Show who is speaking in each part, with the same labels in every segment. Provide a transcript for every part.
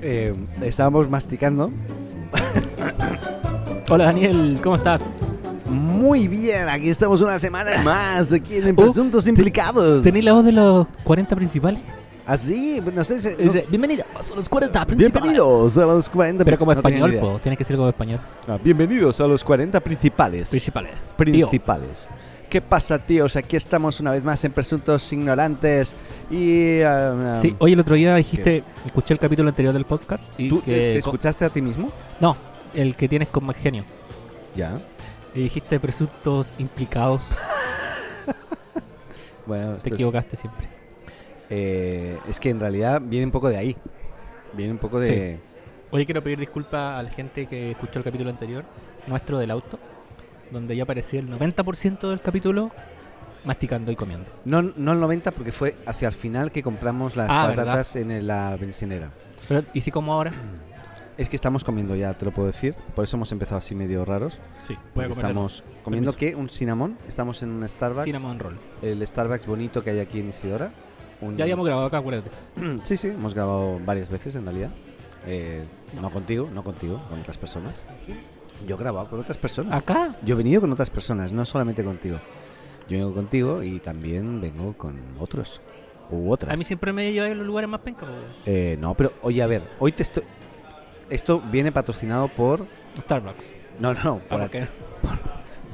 Speaker 1: Eh, estábamos masticando.
Speaker 2: Hola Daniel, ¿cómo estás?
Speaker 1: Muy bien, aquí estamos una semana más, aquí
Speaker 2: Uh,
Speaker 1: en Presuntos Implicados. Ah,
Speaker 2: ¿Tenés la voz de los 40 principales?
Speaker 1: Así, no sé si... no-
Speaker 2: Dice, bienvenidos a los 40 principales.
Speaker 1: bienvenidos a los 40...
Speaker 2: Pero como
Speaker 1: no tenía
Speaker 2: español,
Speaker 1: ni idea.
Speaker 2: po, tienes que ser como español.
Speaker 1: Ah, bienvenidos a los 40 principales.
Speaker 2: Principales. Tío.
Speaker 1: principales. ¿Qué pasa, tíos? Aquí estamos una vez más en Presuntos Ignorantes y... ah, ah,
Speaker 2: Sí, oye, el otro día dijiste, escuché el capítulo anterior del podcast y
Speaker 1: ¿Tú eh,
Speaker 2: que
Speaker 1: te- te
Speaker 2: con-
Speaker 1: escuchaste a ti mismo?
Speaker 2: No, el que tienes con más genio.
Speaker 1: Ya.
Speaker 2: Y dijiste presuntos implicados.
Speaker 1: Bueno, esto
Speaker 2: Te
Speaker 1: es-
Speaker 2: equivocaste siempre.
Speaker 1: eh, es que en realidad viene un poco de ahí. Viene un poco de...
Speaker 2: Oye, quiero pedir disculpas a la gente que escuchó el capítulo anterior, nuestro del auto, donde ya aparecía el 90% del capítulo masticando y comiendo.
Speaker 1: No, no el 90 porque fue hacia el final que compramos las
Speaker 2: Ah, ¿verdad?
Speaker 1: patatas en la bencinera.
Speaker 2: Pero, ¿Y si como ahora?
Speaker 1: Es que estamos comiendo ya, te lo puedo decir. Por eso hemos empezado así medio raros.
Speaker 2: Sí,
Speaker 1: porque estamos comiendo
Speaker 2: Permiso.
Speaker 1: qué? Un cinnamon. Estamos en un Starbucks.
Speaker 2: Cinnamon Roll.
Speaker 1: El Starbucks bonito que hay aquí en Isidora. Un-
Speaker 2: Ya habíamos grabado acá, acuérdate.
Speaker 1: Sí, sí, hemos grabado varias veces en realidad. Eh, no contigo, no contigo, con otras personas. Yo he grabado con otras personas.
Speaker 2: ¿Acá?
Speaker 1: Yo he venido con otras personas, no solamente contigo. Yo vengo contigo y también vengo con otros. U otras.
Speaker 2: A mí siempre me lleva a los lugares más pencas. pues,
Speaker 1: Eh, no, pero oye, a ver, hoy te estoy. Esto viene patrocinado por.
Speaker 2: Starbucks.
Speaker 1: No, no, por, la-
Speaker 2: Ah, ¿por qué?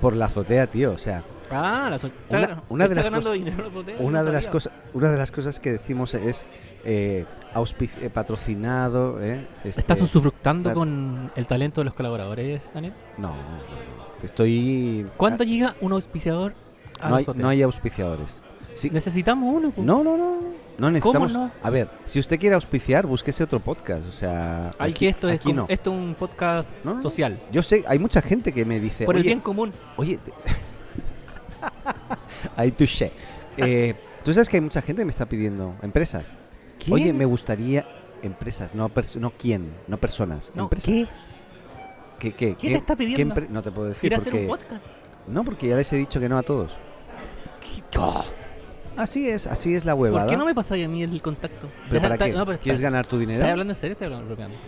Speaker 1: por la azotea, tío. O sea,
Speaker 2: Ah, la so- está
Speaker 1: Una-
Speaker 2: gra-
Speaker 1: una de
Speaker 2: está
Speaker 1: las
Speaker 2: ganando
Speaker 1: cosas-
Speaker 2: dinero los hoteles,
Speaker 1: una
Speaker 2: Eh, no
Speaker 1: de, las
Speaker 2: sabía.
Speaker 1: cosas, una de las cosas que decimos es eh, auspici- eh, patrocinado. Eh, este-
Speaker 2: ¿Estás usufructando
Speaker 1: la-
Speaker 2: con el talento de los colaboradores, Daniel?
Speaker 1: No, no, no. Estoy. ah,
Speaker 2: ¿Cuándo llega un auspiciador a
Speaker 1: No hay,
Speaker 2: los hoteles?
Speaker 1: no hay auspiciadores. Sí.
Speaker 2: Necesitamos uno. pues. po.
Speaker 1: No, no, no. No necesitamos.
Speaker 2: no?
Speaker 1: A ver, si usted quiere auspiciar, búsquese otro podcast. O sea.
Speaker 2: Hay
Speaker 1: aquí-
Speaker 2: que esto es
Speaker 1: aquí
Speaker 2: como-
Speaker 1: no.
Speaker 2: esto es un podcast
Speaker 1: No, no, no.
Speaker 2: social.
Speaker 1: Yo sé, hay mucha gente que me dice.
Speaker 2: Por el
Speaker 1: "Oye,
Speaker 2: bien común.
Speaker 1: Oye, te- ahí touché. Eh, Tú sabes que hay mucha gente que me está pidiendo empresas. Oye, me gustaría empresas, no, pers- no quién, no personas.
Speaker 2: No,
Speaker 1: empresas.
Speaker 2: ¿qué?
Speaker 1: ¿Qué, qué,
Speaker 2: ¿Quién te está pidiendo?
Speaker 1: empre- no te puedo decir
Speaker 2: ¿Ir a hacer
Speaker 1: porque
Speaker 2: un podcast?
Speaker 1: no porque ya les he dicho que no a todos. Así es, así es la huevada.
Speaker 2: ¿Por qué no me pasáis a mí el contacto?
Speaker 1: ¿Pero para
Speaker 2: Está-
Speaker 1: qué?
Speaker 2: no, pero está-
Speaker 1: ¿Quieres ganar tu dinero?
Speaker 2: ¿Estás hablando en serio? o ¿Estás hablando propiamente?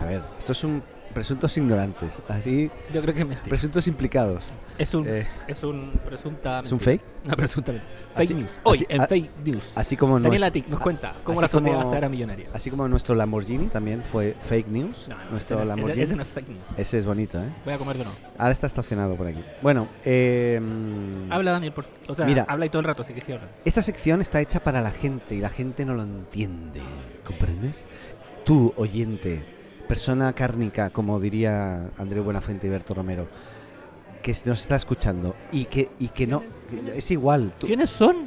Speaker 1: A ver, esto es un presuntos ignorantes, así
Speaker 2: Yo creo que es mentira.
Speaker 1: presuntos implicados.
Speaker 2: Es un,
Speaker 1: Eh,
Speaker 2: es un presunta.
Speaker 1: ¿Es un
Speaker 2: mentira.
Speaker 1: fake?
Speaker 2: Una presunta. mentira. Fake
Speaker 1: Así-
Speaker 2: news. Hoy
Speaker 1: así-
Speaker 2: en
Speaker 1: a-
Speaker 2: Fake News.
Speaker 1: Así como
Speaker 2: Daniel
Speaker 1: nuestro-
Speaker 2: Atik nos cuenta cómo
Speaker 1: así
Speaker 2: la sociedad
Speaker 1: como-
Speaker 2: se hará millonaria.
Speaker 1: Así como nuestro Lamborghini también fue fake news.
Speaker 2: No, no, ese
Speaker 1: nuestro
Speaker 2: no, es- ese,
Speaker 1: Lamborghini.
Speaker 2: ese no es fake news.
Speaker 1: Ese es bonito, ¿eh?
Speaker 2: Voy a comer de nuevo.
Speaker 1: Ahora está estacionado por aquí. Bueno, eh, mm,
Speaker 2: Habla Daniel, por O sea,
Speaker 1: Mira.
Speaker 2: habla y todo el rato, así que sí habla.
Speaker 1: esta sección está hecha para la gente y la gente no lo entiende. ¿Comprendes? Tú, oyente, persona cárnica, como diría Andrés Buenafuente y Berto Romero, que nos está escuchando y que, y que no... Es igual, tú
Speaker 2: ¿Quiénes son?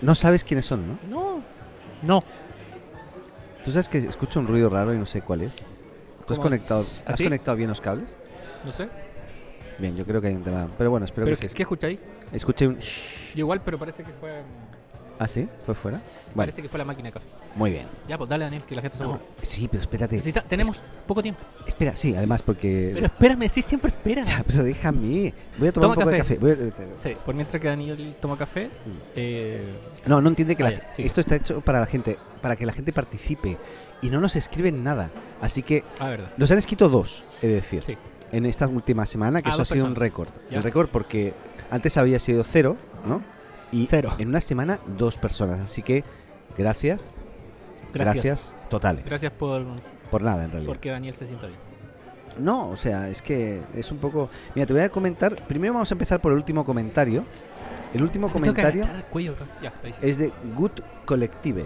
Speaker 1: no sabes quiénes son, ¿no?
Speaker 2: No. No.
Speaker 1: Tú sabes que escucho un ruido raro y no sé cuál es. ¿Tú has
Speaker 2: Como
Speaker 1: conectado,
Speaker 2: tss,
Speaker 1: has
Speaker 2: así.
Speaker 1: conectado bien los cables?
Speaker 2: No sé.
Speaker 1: Bien, yo creo que hay un tema... Pero bueno, espero
Speaker 2: Pero,
Speaker 1: que
Speaker 2: ¿Qué,
Speaker 1: sí.
Speaker 2: qué escucháis?
Speaker 1: Escuché un...
Speaker 2: Yo igual, pero parece que fue. mm,
Speaker 1: ¿Ah, sí? ¿Fue fuera? Bueno,
Speaker 2: Parece que fue la máquina de café.
Speaker 1: muy bien.
Speaker 2: Ya, pues dale, Daniel, que la gente se
Speaker 1: No,
Speaker 2: aburre.
Speaker 1: sí, pero espérate.
Speaker 2: Necesita- tenemos poco tiempo.
Speaker 1: Espera, sí, además porque...
Speaker 2: Pero espérame, sí, siempre espera.
Speaker 1: Ya, pero déjame. Voy a tomar
Speaker 2: Toma
Speaker 1: un poco
Speaker 2: café.
Speaker 1: de café. Voy a- eh,
Speaker 2: Sí, por mientras que Daniel toma café,
Speaker 1: Mm.
Speaker 2: eh,
Speaker 1: No, no entiende que la-
Speaker 2: Ah, ya, sí.
Speaker 1: esto está hecho para la gente, para que la gente participe. Y no nos escriben nada. Así que
Speaker 2: ah, verdad.
Speaker 1: nos han escrito dos, he de decir,
Speaker 2: Sí.
Speaker 1: en esta última semana, que
Speaker 2: Ah,
Speaker 1: eso ha
Speaker 2: dos
Speaker 1: sido un
Speaker 2: personas.
Speaker 1: récord.
Speaker 2: Ya.
Speaker 1: Un récord porque antes había sido cero, ¿no? Y
Speaker 2: Cero.
Speaker 1: en una semana, dos personas. Así que gracias. Gracias.
Speaker 2: Gracias. Gracias,
Speaker 1: totales.
Speaker 2: por
Speaker 1: Por nada, en realidad.
Speaker 2: porque Daniel se sienta bien.
Speaker 1: No, o sea, es que es un poco. Mira, te voy a comentar. Primero vamos a empezar por el último comentario. El último comentario
Speaker 2: Me tengo que agachar el cuello, bro. Ya, ahí sí.
Speaker 1: es de Good Collective.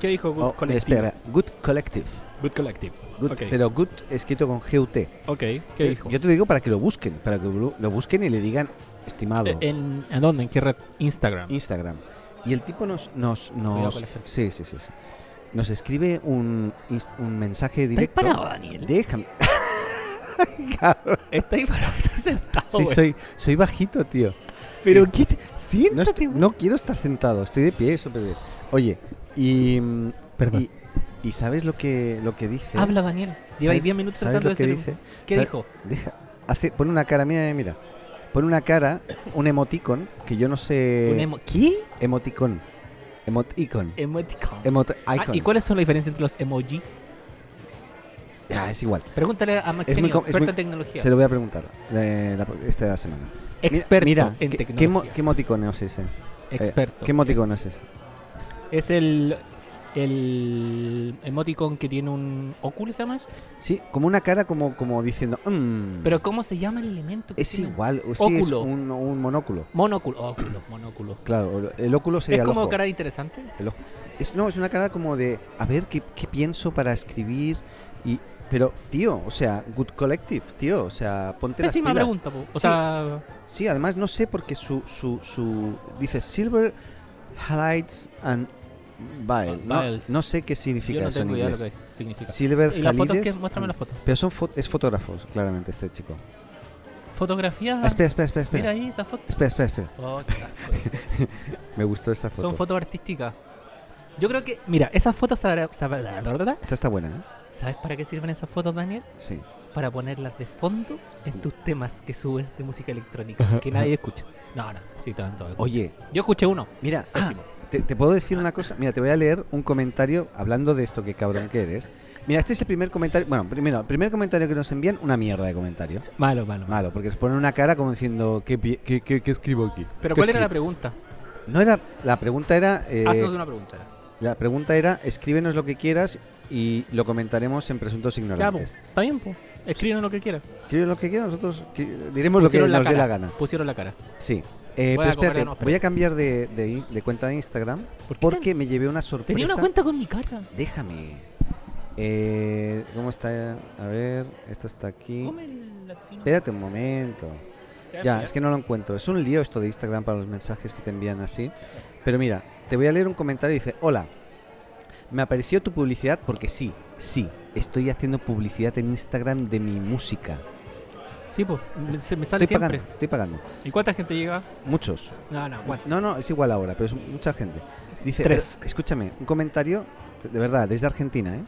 Speaker 2: ¿Qué dijo Good
Speaker 1: Oh,
Speaker 2: Collective?
Speaker 1: espera, espera, Good Collective.
Speaker 2: Good Collective.
Speaker 1: Good-
Speaker 2: ok,
Speaker 1: Pero Good escrito con GUT.
Speaker 2: ok, ¿qué dijo?
Speaker 1: Eh, Yo te digo para que lo busquen, para que lo lo busquen y le digan estimado
Speaker 2: Eh, ¿En, ¿En dónde? ¿En qué red? Instagram.
Speaker 1: Instagram. Y el tipo nos. nos,
Speaker 2: Cuidado
Speaker 1: nos
Speaker 2: con la gente.
Speaker 1: sí, sí, sí. sí. Nos escribe un, inst- un mensaje directo.
Speaker 2: parado, Daniel?
Speaker 1: Déjame. Cabrón.
Speaker 2: Estáis parado, estás sentado.
Speaker 1: Sí,
Speaker 2: güey.
Speaker 1: soy, soy bajito, tío. Eh,
Speaker 2: Pero qué te-
Speaker 1: No,
Speaker 2: siéntate,
Speaker 1: estoy-
Speaker 2: güey.
Speaker 1: no quiero estar sentado, estoy de pie, eso pero- Oye, y. mm,
Speaker 2: Perdón.
Speaker 1: Y, y sabes lo que, lo que dice?
Speaker 2: Habla, Daniel.
Speaker 1: ¿Sabes-
Speaker 2: Lleváis 10 minutos
Speaker 1: ¿Sabes
Speaker 2: tratando
Speaker 1: lo
Speaker 2: de
Speaker 1: que
Speaker 2: ser un-
Speaker 1: dice?
Speaker 2: ¿Qué
Speaker 1: ¿Sabes-
Speaker 2: dijo?
Speaker 1: Deja, hace, pon una cara, mira, mira, mira. Pon una cara, un emoticon, que yo no sé.
Speaker 2: Un emo- ¿Qué?
Speaker 1: emoticon. Emoticon.
Speaker 2: Emoticon.
Speaker 1: Emot
Speaker 2: Ah,
Speaker 1: icon.
Speaker 2: ¿Y cuáles son las diferencias entre los emoji?
Speaker 1: Ah, es igual.
Speaker 2: Pregúntale a Max
Speaker 1: Es muy
Speaker 2: Genio,
Speaker 1: com- es
Speaker 2: experto
Speaker 1: muy-
Speaker 2: en tecnología.
Speaker 1: Se lo voy a preguntar eh, la- esta semana. Mira-
Speaker 2: Experto
Speaker 1: mira,
Speaker 2: en
Speaker 1: ¿qué- ¿qué, emo-
Speaker 2: tecnología.
Speaker 1: ¿Qué emoticon es ese? Eh,
Speaker 2: experto.
Speaker 1: ¿Qué emoticon es ese?
Speaker 2: Es el, el emoticon que tiene un óculo, ¿se llama eso?
Speaker 1: Sí, como una cara como, como diciendo. "Mm".
Speaker 2: Pero ¿cómo se llama el elemento? que
Speaker 1: es
Speaker 2: tiene?
Speaker 1: igual, o sí, es
Speaker 2: Óculo.
Speaker 1: un, un monóculo.
Speaker 2: Monóculo. Óculo, monóculo.
Speaker 1: Claro, el óculo sería
Speaker 2: ¿Es
Speaker 1: el
Speaker 2: como
Speaker 1: ojo.
Speaker 2: cara interesante?
Speaker 1: El ojo. Es, no, es una cara como de, a ver, ¿qué, qué pienso para escribir? y Pero, tío, o sea, Good Collective, tío, o sea, ponte las
Speaker 2: Pésima
Speaker 1: pilas.
Speaker 2: pregunta, po. O
Speaker 1: Sí.
Speaker 2: sea,
Speaker 1: Sí, además no sé porque su, su, su dice Silver Highlights and Vile.
Speaker 2: Ah,
Speaker 1: No,
Speaker 2: Vile.
Speaker 1: no sé qué significa
Speaker 2: yo no
Speaker 1: eso en
Speaker 2: tengo idea de lo
Speaker 1: inglés.
Speaker 2: que significa.
Speaker 1: Silver
Speaker 2: ¿Y las fotos
Speaker 1: Halides
Speaker 2: qué? Muéstrame
Speaker 1: and-
Speaker 2: las fotos.
Speaker 1: Pero son fo- es fotógrafo, claramente, este chico.
Speaker 2: Fotografía.
Speaker 1: Ah, espera, espera, espera,
Speaker 2: Mira
Speaker 1: espera.
Speaker 2: ahí esa foto.
Speaker 1: Espera, espera, espera.
Speaker 2: Oh, qué asco.
Speaker 1: Me gustó esta foto.
Speaker 2: Son fotos artísticas. Yo creo que, mira, esas fotos, sabrá- sabrá- la verdad,
Speaker 1: Esta está buena, ¿eh?
Speaker 2: ¿sabes para qué sirven esas fotos, Daniel?
Speaker 1: Sí.
Speaker 2: Para ponerlas de fondo en tus temas que subes de música electrónica, que nadie escucha. No, no, sí, tanto.
Speaker 1: Oye,
Speaker 2: Yo escuché uno.
Speaker 1: mira, ah,
Speaker 2: Pésimo.
Speaker 1: Te, te puedo decir una cosa. Mira, te voy a leer un comentario hablando de esto que cabrón que eres. Mira, este es el primer comentario. Bueno, primero, el primer comentario que nos envían, una mierda de comentario.
Speaker 2: Malo, malo, malo.
Speaker 1: Malo, porque nos ponen una cara como diciendo, ¿qué, pi- qué- qué- qué escribo aquí?
Speaker 2: Pero
Speaker 1: ¿Qué
Speaker 2: ¿cuál era la
Speaker 1: escribo?
Speaker 2: pregunta?
Speaker 1: No era. La pregunta era. eh,
Speaker 2: Haznos una pregunta.
Speaker 1: la pregunta era, escríbenos lo que quieras y lo comentaremos en Presuntos
Speaker 2: Ya, po.
Speaker 1: Ignorantes.
Speaker 2: Está bien, po. Escriben lo que quieran.
Speaker 1: Escribe lo que quieras, nosotros que- diremos lo que
Speaker 2: Pusieron la
Speaker 1: nos dé
Speaker 2: cara.
Speaker 1: la gana.
Speaker 2: Pusieron la cara.
Speaker 1: Sí. Eh,
Speaker 2: Voy
Speaker 1: pero
Speaker 2: a
Speaker 1: espérate,
Speaker 2: comernos,
Speaker 1: voy a cambiar de, de in- de cuenta de Instagram
Speaker 2: ¿Por qué
Speaker 1: porque me llevé una sorpresa.
Speaker 2: Tenía una cuenta con mi cara.
Speaker 1: Déjame. Eh, ¿Cómo está? A ver, esto está aquí.
Speaker 2: Come el- así, ¿no?
Speaker 1: Espérate un momento. Ya, es que no lo encuentro. Es un lío esto de Instagram para los mensajes que te envían así. Pero mira, te voy a leer un comentario y dice, hola, me apareció tu publicidad porque sí, sí, estoy haciendo publicidad en Instagram de mi música.
Speaker 2: Sí, pues. Me, sale
Speaker 1: Estoy
Speaker 2: siempre.
Speaker 1: pagando, estoy pagando.
Speaker 2: ¿Y cuánta gente llega?
Speaker 1: Muchos.
Speaker 2: No, no, ¿cuánta?
Speaker 1: No, no, es igual ahora, pero es mucha gente. Dice,
Speaker 2: Tres.
Speaker 1: pero, escúchame, un comentario, de verdad, desde Argentina, ¿eh?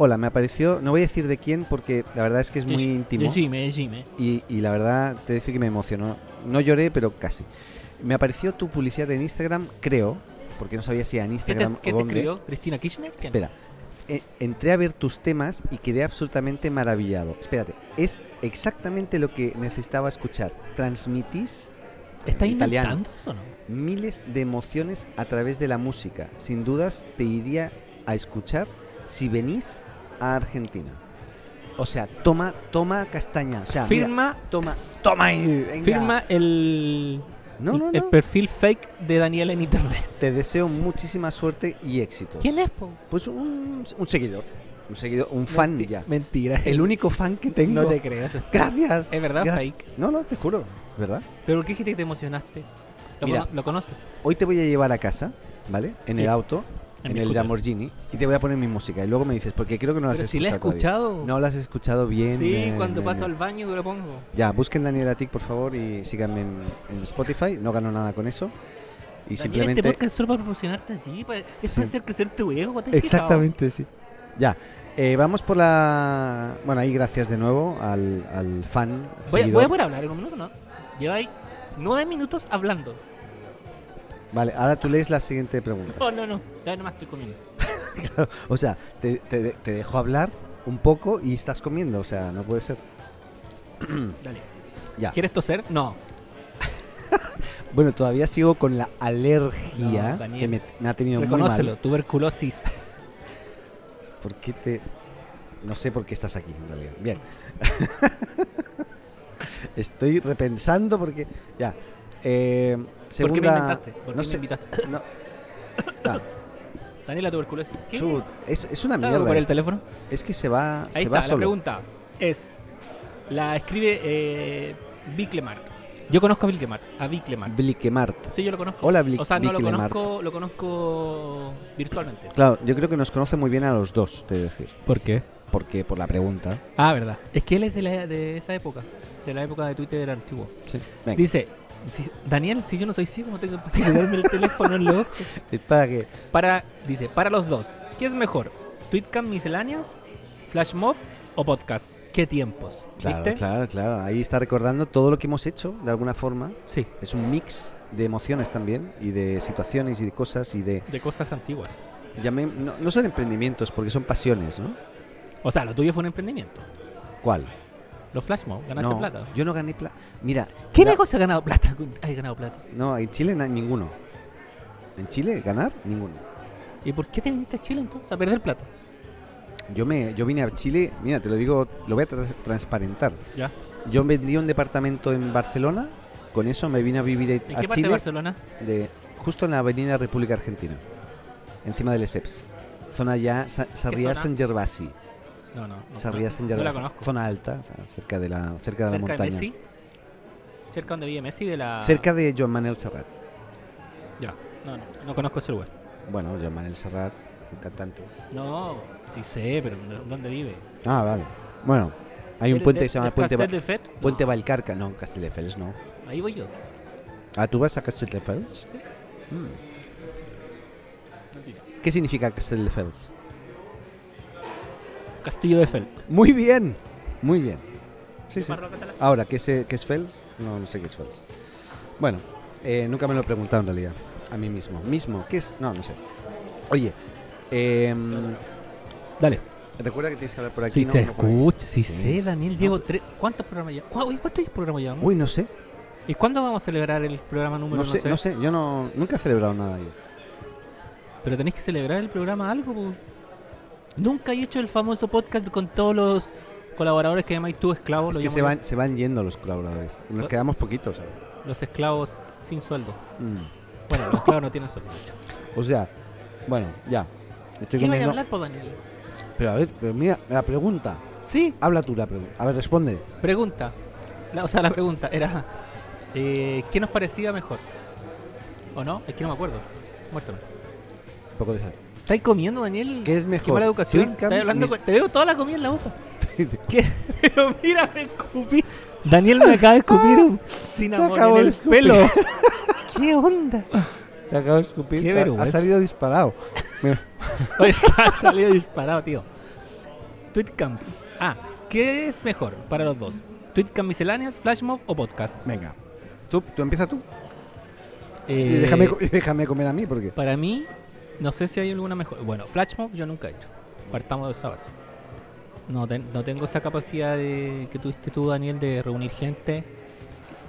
Speaker 1: Hola, me apareció, no voy a decir de quién porque la verdad es que es muy íntimo
Speaker 2: Jimmy, Jimmy.
Speaker 1: y, y la verdad te decir que me emocionó. No lloré, pero casi. Me apareció tu publicidad en Instagram, creo, porque no sabía si era en
Speaker 2: ¿Qué te,
Speaker 1: Instagram
Speaker 2: qué
Speaker 1: o
Speaker 2: ¿Este te
Speaker 1: dónde.
Speaker 2: escribió? ¿Cristina Kirchner? ¿Quién?
Speaker 1: Espera. E- entré a ver tus temas y quedé absolutamente maravillado. Espérate, es exactamente lo que necesitaba escuchar. Transmitís
Speaker 2: ¿Está
Speaker 1: Italiano. Ah,
Speaker 2: inventando eso o no?
Speaker 1: miles de emociones a través de la música. Sin dudas te iría a escuchar si venís a Argentina. O sea, toma, toma castaña. O sea, mira,
Speaker 2: firma
Speaker 1: toma, toma ahí. venga.
Speaker 2: firma el,
Speaker 1: No,
Speaker 2: el-
Speaker 1: no,
Speaker 2: el
Speaker 1: no.
Speaker 2: perfil fake de Daniel en internet.
Speaker 1: Te deseo muchísima suerte y éxitos.
Speaker 2: ¿Quién es, po?
Speaker 1: Pues un, un seguidor. Un seguidor, un fan
Speaker 2: Menti-
Speaker 1: ya.
Speaker 2: Mentira.
Speaker 1: El único fan que tengo.
Speaker 2: No te Em- creas. es-
Speaker 1: Gracias.
Speaker 2: Es verdad,
Speaker 1: Gra-
Speaker 2: fake.
Speaker 1: No, no, te juro. ¿Verdad?
Speaker 2: ¿Pero por qué dijiste que te emocionaste? ¿Lo,
Speaker 1: Mira.
Speaker 2: cono- lo conoces?
Speaker 1: Hoy te voy a llevar a casa, ¿vale? En
Speaker 2: Sí.
Speaker 1: el auto,
Speaker 2: En
Speaker 1: en,
Speaker 2: mi
Speaker 1: el
Speaker 2: scooter.
Speaker 1: Lamborghini, y te voy a poner mi música. Y luego me dices, porque creo que no la has
Speaker 2: Pero si
Speaker 1: escuchado.
Speaker 2: la he
Speaker 1: todavía.
Speaker 2: escuchado.
Speaker 1: No la has escuchado bien.
Speaker 2: sí,
Speaker 1: bien,
Speaker 2: cuando
Speaker 1: bien,
Speaker 2: paso
Speaker 1: bien.
Speaker 2: al baño yo lo pongo.
Speaker 1: Ya, busquen Daniel Atik, por favor, y síganme en, en Spotify. No gano nada con eso. Y
Speaker 2: Daniel,
Speaker 1: simplemente.
Speaker 2: este podcast es solo para proporcionarte a ti. para- Es
Speaker 1: Sí.
Speaker 2: para hacer crecer tu ego. ¿te has
Speaker 1: Exactamente, sí. Ya. eh, vamos por la. Bueno, ahí gracias de nuevo al, al fan.
Speaker 2: fijado? Voy, a-
Speaker 1: seguidor.
Speaker 2: voy a poder hablar en un minuto, ¿no? Lleváis nueve minutos hablando.
Speaker 1: Vale, ahora tú lees la siguiente pregunta.
Speaker 2: No, no, no. Ya nomás estoy comiendo.
Speaker 1: O sea, te, te, te dejo hablar un poco y estás comiendo. O sea, no puede ser.
Speaker 2: Dale.
Speaker 1: Mm. Ya.
Speaker 2: ¿Quieres toser? No.
Speaker 1: Bueno, todavía sigo con la alergia
Speaker 2: No, Daniel.
Speaker 1: que me, me ha tenido
Speaker 2: Reconócelo.
Speaker 1: muy mal.
Speaker 2: Tuberculosis.
Speaker 1: ¿Por qué te.? No sé por qué estás aquí, en realidad. Bien. Estoy repensando porque. Ya. Eh,
Speaker 2: ¿Por qué me
Speaker 1: segunda-
Speaker 2: inventaste? ¿Por qué
Speaker 1: no
Speaker 2: me
Speaker 1: sé-
Speaker 2: invitaste?
Speaker 1: no- Ah,
Speaker 2: Daniel, la tuberculosis. ¿Qué?
Speaker 1: Chut, es, es una
Speaker 2: ¿Sabes
Speaker 1: mierda.
Speaker 2: ocupar el
Speaker 1: esto.
Speaker 2: teléfono?
Speaker 1: Es que se va, se
Speaker 2: Ahí
Speaker 1: va
Speaker 2: está, la
Speaker 1: solo.
Speaker 2: pregunta es, la escribe eh, Biclemart. Yo conozco a Bill Clemart. A Bill Clemart.
Speaker 1: Bliquemart.
Speaker 2: Sí, yo lo conozco.
Speaker 1: Hola, Blick-
Speaker 2: O sea, no lo
Speaker 1: Biclemart.
Speaker 2: conozco, lo conozco virtualmente.
Speaker 1: Claro, yo creo que nos conoce muy bien a los dos, te he de decir.
Speaker 2: ¿Por qué?
Speaker 1: Porque por la pregunta.
Speaker 2: Ah, verdad. Es que él es de, la- de esa época, de la época de Twitter antiguo.
Speaker 1: Venga.
Speaker 2: Dice, si- Daniel, si yo no soy ciego, no tengo que darme el teléfono en los ojos.
Speaker 1: Para que
Speaker 2: Para, dice, para los dos, ¿qué es mejor? ¿Tweetcam misceláneas, flashmob o podcast? ¿Qué tiempos?
Speaker 1: Claro,
Speaker 2: ¿Viste?
Speaker 1: claro, claro. Ahí está recordando todo lo que hemos hecho, de alguna forma.
Speaker 2: Sí,
Speaker 1: Es un mix de emociones también, y de situaciones, y de cosas, y de...
Speaker 2: de cosas antiguas.
Speaker 1: llamé- no, no son emprendimientos, porque son pasiones, ¿no?
Speaker 2: O sea, lo tuyo fue un emprendimiento.
Speaker 1: ¿Cuál?
Speaker 2: Los flashmob, ganaste
Speaker 1: No,
Speaker 2: plata.
Speaker 1: yo no gané plata. Mira,
Speaker 2: ¿Qué
Speaker 1: ga-
Speaker 2: negocio ha ganado plata? Has ganado plata.
Speaker 1: No, en Chile na- ninguno. ¿En Chile ganar? Ninguno.
Speaker 2: ¿Y por qué te viniste a Chile entonces a perder plata?
Speaker 1: Yo, me, yo vine a Chile, mira, te lo digo, lo voy a tra- transparentar.
Speaker 2: Ya.
Speaker 1: Yo vendí un departamento en Barcelona, con eso me vine a vivir a,
Speaker 2: ¿En qué
Speaker 1: a
Speaker 2: parte
Speaker 1: Chile.
Speaker 2: de Barcelona?
Speaker 1: de justo en la avenida República Argentina, encima del ESEPS. Zona ya Sa- Sarriá
Speaker 2: zona?
Speaker 1: San Gervasi.
Speaker 2: No, no. no
Speaker 1: Sarriá San
Speaker 2: no la
Speaker 1: Gervasi.
Speaker 2: conozco.
Speaker 1: Zona alta, o sea, cerca de la, cerca de la
Speaker 2: cerca de
Speaker 1: montaña.
Speaker 2: Messi. Cerca donde vive Messi de la.
Speaker 1: Cerca de Joan Manuel Serrat.
Speaker 2: Ya. No, no, no conozco ese lugar.
Speaker 1: Bueno, Joan Manuel Serrat, un cantante.
Speaker 2: No, sí sé, pero ¿dó- ¿dónde vive?
Speaker 1: Ah, vale. Bueno, hay un
Speaker 2: ¿El-
Speaker 1: puente
Speaker 2: el-
Speaker 1: que se llama
Speaker 2: el
Speaker 1: Puente, Ba-
Speaker 2: Castel de Fet? No,
Speaker 1: puente Valcarca. No, Castelldefels no.
Speaker 2: Ahí voy yo.
Speaker 1: Ah, ¿tú vas a Castelldefels?
Speaker 2: Sí.
Speaker 1: Mm.
Speaker 2: Mentira.
Speaker 1: ¿Qué significa Castelldefels?
Speaker 2: Castillo de Felt.
Speaker 1: Muy bien, muy bien. Sí,
Speaker 2: ¿Qué
Speaker 1: sí.
Speaker 2: parroquia está la-
Speaker 1: Ahora, ¿qué es, eh, qué es Fels? No, no sé qué es Fels. Bueno, eh, nunca me lo he preguntado en realidad. A mí mismo. Mismo, ¿qué es? No, no sé. Oye, em,
Speaker 2: Dale.
Speaker 1: recuerda que tienes que hablar por aquí.
Speaker 2: Si
Speaker 1: ¿no?
Speaker 2: se
Speaker 1: No por aquí.
Speaker 2: escucha, si
Speaker 1: Sí,
Speaker 2: sé,
Speaker 1: sí.
Speaker 2: Daniel,
Speaker 1: No,
Speaker 2: llevo tres. ¿Cuántos programas ya? ¿Cuá- uy, ¿Cuántos programas llevamos?
Speaker 1: Uy, no sé.
Speaker 2: ¿Y cuándo vamos a celebrar el programa número
Speaker 1: No sé, no sé. Yo no, nunca he celebrado nada yo.
Speaker 2: Pero tenéis que celebrar el programa algo, po. Nunca he hecho el famoso podcast con todos los colaboradores que llamáis tú esclavos.
Speaker 1: Es
Speaker 2: Oh, lo
Speaker 1: que
Speaker 2: llamo
Speaker 1: se
Speaker 2: yo,
Speaker 1: van, se van yendo los colaboradores. Nos
Speaker 2: Ah.
Speaker 1: quedamos poquitos ahora.
Speaker 2: Los esclavos sin sueldo.
Speaker 1: Mm.
Speaker 2: Bueno, los esclavos no tienen sueldo.
Speaker 1: O sea, bueno, ya. Estoy
Speaker 2: ¿Qué vais a
Speaker 1: comiendo-
Speaker 2: hablar, po, Daniel?
Speaker 1: Pero a ver, pero mira, la pregunta.
Speaker 2: Sí,
Speaker 1: Habla tú la pregunta. A ver, responde.
Speaker 2: pregunta. La- o sea, la pregunta era: eh, ¿qué nos parecía mejor? ¿O no? Es que no me acuerdo. Muéstrame.
Speaker 1: Un poco de sal.
Speaker 2: ¿Estáis comiendo, Daniel?
Speaker 1: ¿Qué es mejor?
Speaker 2: Qué mala educación.
Speaker 1: Twitcams,
Speaker 2: Estáis hablando
Speaker 1: mis-
Speaker 2: con- Te veo toda la comida en la boca. Pero Ah, mira, me escupí. Daniel me acaba de escupir un cinnamon
Speaker 1: acabo de
Speaker 2: en el
Speaker 1: escupir.
Speaker 2: pelo. ¿Qué onda?
Speaker 1: Te acabo de escupir.
Speaker 2: Qué
Speaker 1: Ha- ha
Speaker 2: vergüenza.
Speaker 1: salido disparado. Mira.
Speaker 2: Oye, ha salido disparado, tío. Tweetcams. Ah, ¿qué es mejor para los dos? ¿Tweetcam misceláneas, flashmob o podcast?
Speaker 1: Venga. Tú, tú empieza tú. Y
Speaker 2: Eh,
Speaker 1: déjame, co- y déjame comer a mí porque.
Speaker 2: Para mí, no sé si hay alguna mejor. Bueno, flashmob yo nunca he hecho. Partamos de esa base. No, ten- no tengo esa capacidad de, que tuviste tú, Daniel, de reunir gente,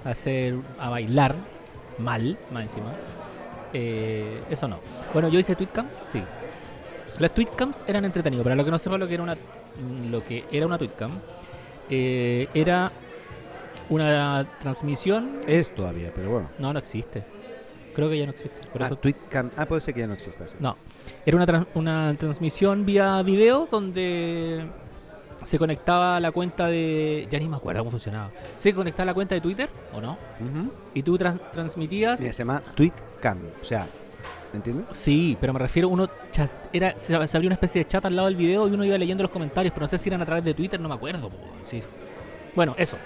Speaker 2: hacer a bailar mal, más encima. Eh, eso no. Bueno, yo hice tweetcams, sí. Las tweetcams eran entretenidas. Para los que no sepan lo que era una, lo que era una tweetcam, eh, era una transmisión.
Speaker 1: Es todavía, pero bueno.
Speaker 2: No, no existe. Creo que ya no existe. Por
Speaker 1: ah,
Speaker 2: eso
Speaker 1: Twitcam- ah, puede ser que ya no exista. sí.
Speaker 2: no. Era una, tran- una transmisión vía video donde se conectaba la cuenta de. Ya ni me acuerdo cómo funcionaba. Se conectaba la cuenta de Twitter, ¿o no?
Speaker 1: Ujú.
Speaker 2: Y tú trans- transmitías.
Speaker 1: Mira, se llama Twitcam. O sea, ¿me entiendes?
Speaker 2: Sí, pero me refiero uno chat. Era, se, se abrió una especie de chat al lado del video y uno iba leyendo los comentarios, pero no sé si eran a través de Twitter, no me acuerdo. po, weón, sí. Bueno, eso.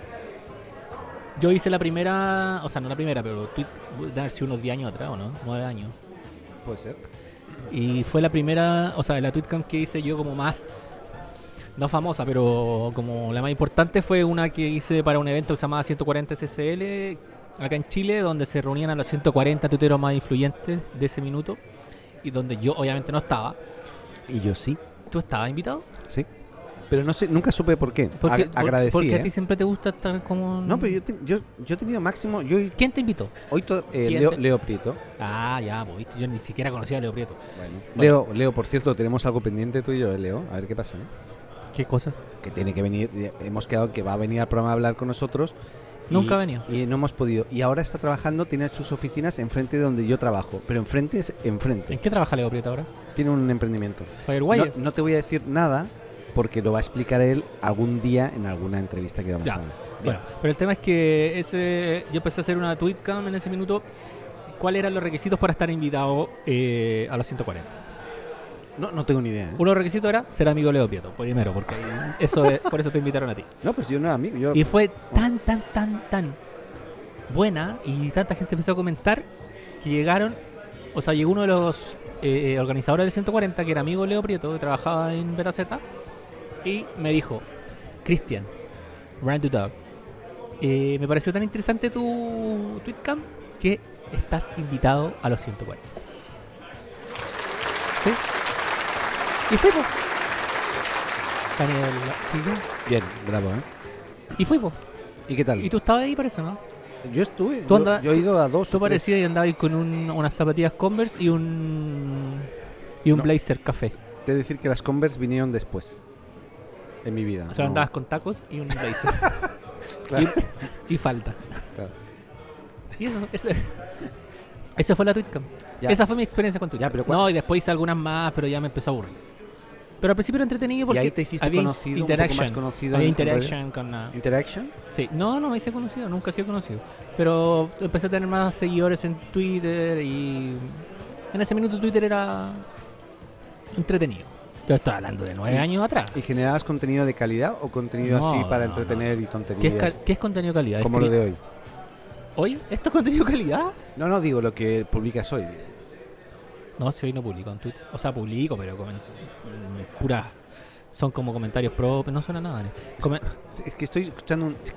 Speaker 2: Yo hice la primera, o sea, no la primera, pero tweet, debe haber sido unos 10 años atrás, ¿o no? 9 años.
Speaker 1: Puede ser.
Speaker 2: Y fue la primera, o sea, la TweetCam que hice yo como más, no famosa, pero como la más importante fue una que hice para un evento que se llamaba 140 SSL acá en Chile, donde se reunían a los 140 tuiteros más influyentes de ese minuto y donde yo obviamente no estaba.
Speaker 1: Y yo sí.
Speaker 2: ¿Tú estabas invitado?
Speaker 1: Sí. Pero no sé, nunca supe por qué.
Speaker 2: Porque,
Speaker 1: Ag- agradecí.
Speaker 2: porque
Speaker 1: ¿eh?
Speaker 2: a ti siempre te gusta estar como...
Speaker 1: No, pero yo, te- yo, yo he tenido máximo. Yo hoy-
Speaker 2: ¿Quién te invitó?
Speaker 1: hoy to- eh,
Speaker 2: ¿Quién
Speaker 1: Leo,
Speaker 2: te-
Speaker 1: Leo Prieto.
Speaker 2: Ah, ya, voy. Yo ni siquiera conocía a Leo Prieto.
Speaker 1: Leo, Leo, por cierto, tenemos algo pendiente tú y yo, eh, Leo. A ver qué pasa. ¿eh?
Speaker 2: ¿Qué cosa?
Speaker 1: que tiene que venir, eh, hemos quedado que va a venir al programa a hablar con nosotros.
Speaker 2: Nunca
Speaker 1: y-
Speaker 2: ha venido.
Speaker 1: Y no hemos podido. Y ahora está trabajando, tiene sus oficinas enfrente de donde yo trabajo. Pero enfrente es
Speaker 2: ¿En
Speaker 1: enfrente.
Speaker 2: qué trabaja Leo Prieto ahora?
Speaker 1: Tiene un emprendimiento.
Speaker 2: Firewire.
Speaker 1: No, no te voy a decir nada porque lo va a explicar él algún día en alguna entrevista que vamos
Speaker 2: Ya.
Speaker 1: a dar.
Speaker 2: Bueno, pero el tema es que ese, yo empecé a hacer una tweetcam en ese minuto. ¿Cuáles eran los requisitos para estar invitado eh, a los 140?
Speaker 1: No, no tengo ni idea. ¿eh?
Speaker 2: Uno de los requisitos era ser amigo de Leo Pieto, primero, porque ahí- eso es- por eso te invitaron a ti.
Speaker 1: No, pues yo no era amigo. Yo...
Speaker 2: Y fue tan, tan, tan, tan buena y tanta gente empezó a comentar que llegaron, o sea, llegó uno de los eh, organizadores del 140, que era amigo de Leo Prieto, que trabajaba en BetaZ, y me dijo, Cristian, Randy Dog, eh, me pareció tan interesante tu tweetcam que estás invitado a los 140. ¿Sí? Y fui, po. Daniel, sí, ya.
Speaker 1: Bien, bravo, ¿eh?
Speaker 2: Y fui, po.
Speaker 1: ¿Y qué tal?
Speaker 2: Y tú estabas ahí, parece, ¿no?
Speaker 1: Yo estuve.
Speaker 2: tú
Speaker 1: yo-
Speaker 2: andabas-
Speaker 1: yo, he ido a dos.
Speaker 2: Tú
Speaker 1: o tres.
Speaker 2: parecías y andabas ahí con un- unas zapatillas Converse y un. y un
Speaker 1: No.
Speaker 2: blazer café.
Speaker 1: Te he de decir que las Converse vinieron después. En mi vida.
Speaker 2: O sea,
Speaker 1: no.
Speaker 2: andabas con tacos y un blazer.
Speaker 1: Claro,
Speaker 2: y falta.
Speaker 1: claro.
Speaker 2: Y eso, eso. Esa fue la TweetCam.
Speaker 1: Ya.
Speaker 2: Esa fue mi experiencia con
Speaker 1: Ya,
Speaker 2: TweetCam.
Speaker 1: pero ¿cuál-
Speaker 2: no, y después hice algunas más, pero ya me empezó a aburrir. Pero al principio era entretenido porque
Speaker 1: y ahí te hiciste
Speaker 2: había
Speaker 1: conocido, un poco
Speaker 2: interaction.
Speaker 1: más conocido.
Speaker 2: había
Speaker 1: en- en redes.
Speaker 2: interaction con ah, la-
Speaker 1: Interaction.
Speaker 2: Sí, no, no me hice conocido, nunca he sido conocido. Pero empecé a tener más seguidores en Twitter y. En ese minuto Twitter era. entretenido. Yo estaba hablando de nueve
Speaker 1: Y-
Speaker 2: años atrás.
Speaker 1: ¿Y generabas contenido de calidad o contenido
Speaker 2: No,
Speaker 1: así para
Speaker 2: no,
Speaker 1: entretener y
Speaker 2: ¿Qué es,
Speaker 1: tonterías?
Speaker 2: ca- qué es contenido de calidad?
Speaker 1: como lo de
Speaker 2: Escri-
Speaker 1: hoy.
Speaker 2: ¿Hoy? ¿Esto es contenido de calidad?
Speaker 1: No, no, digo lo que publicas hoy.
Speaker 2: No, si hoy no publico en Twitter. O sea, publico, pero comen- mm, pura. Son como comentarios propios, no suena nada. ¿no? Come-
Speaker 1: Es que estoy escuchando un... tic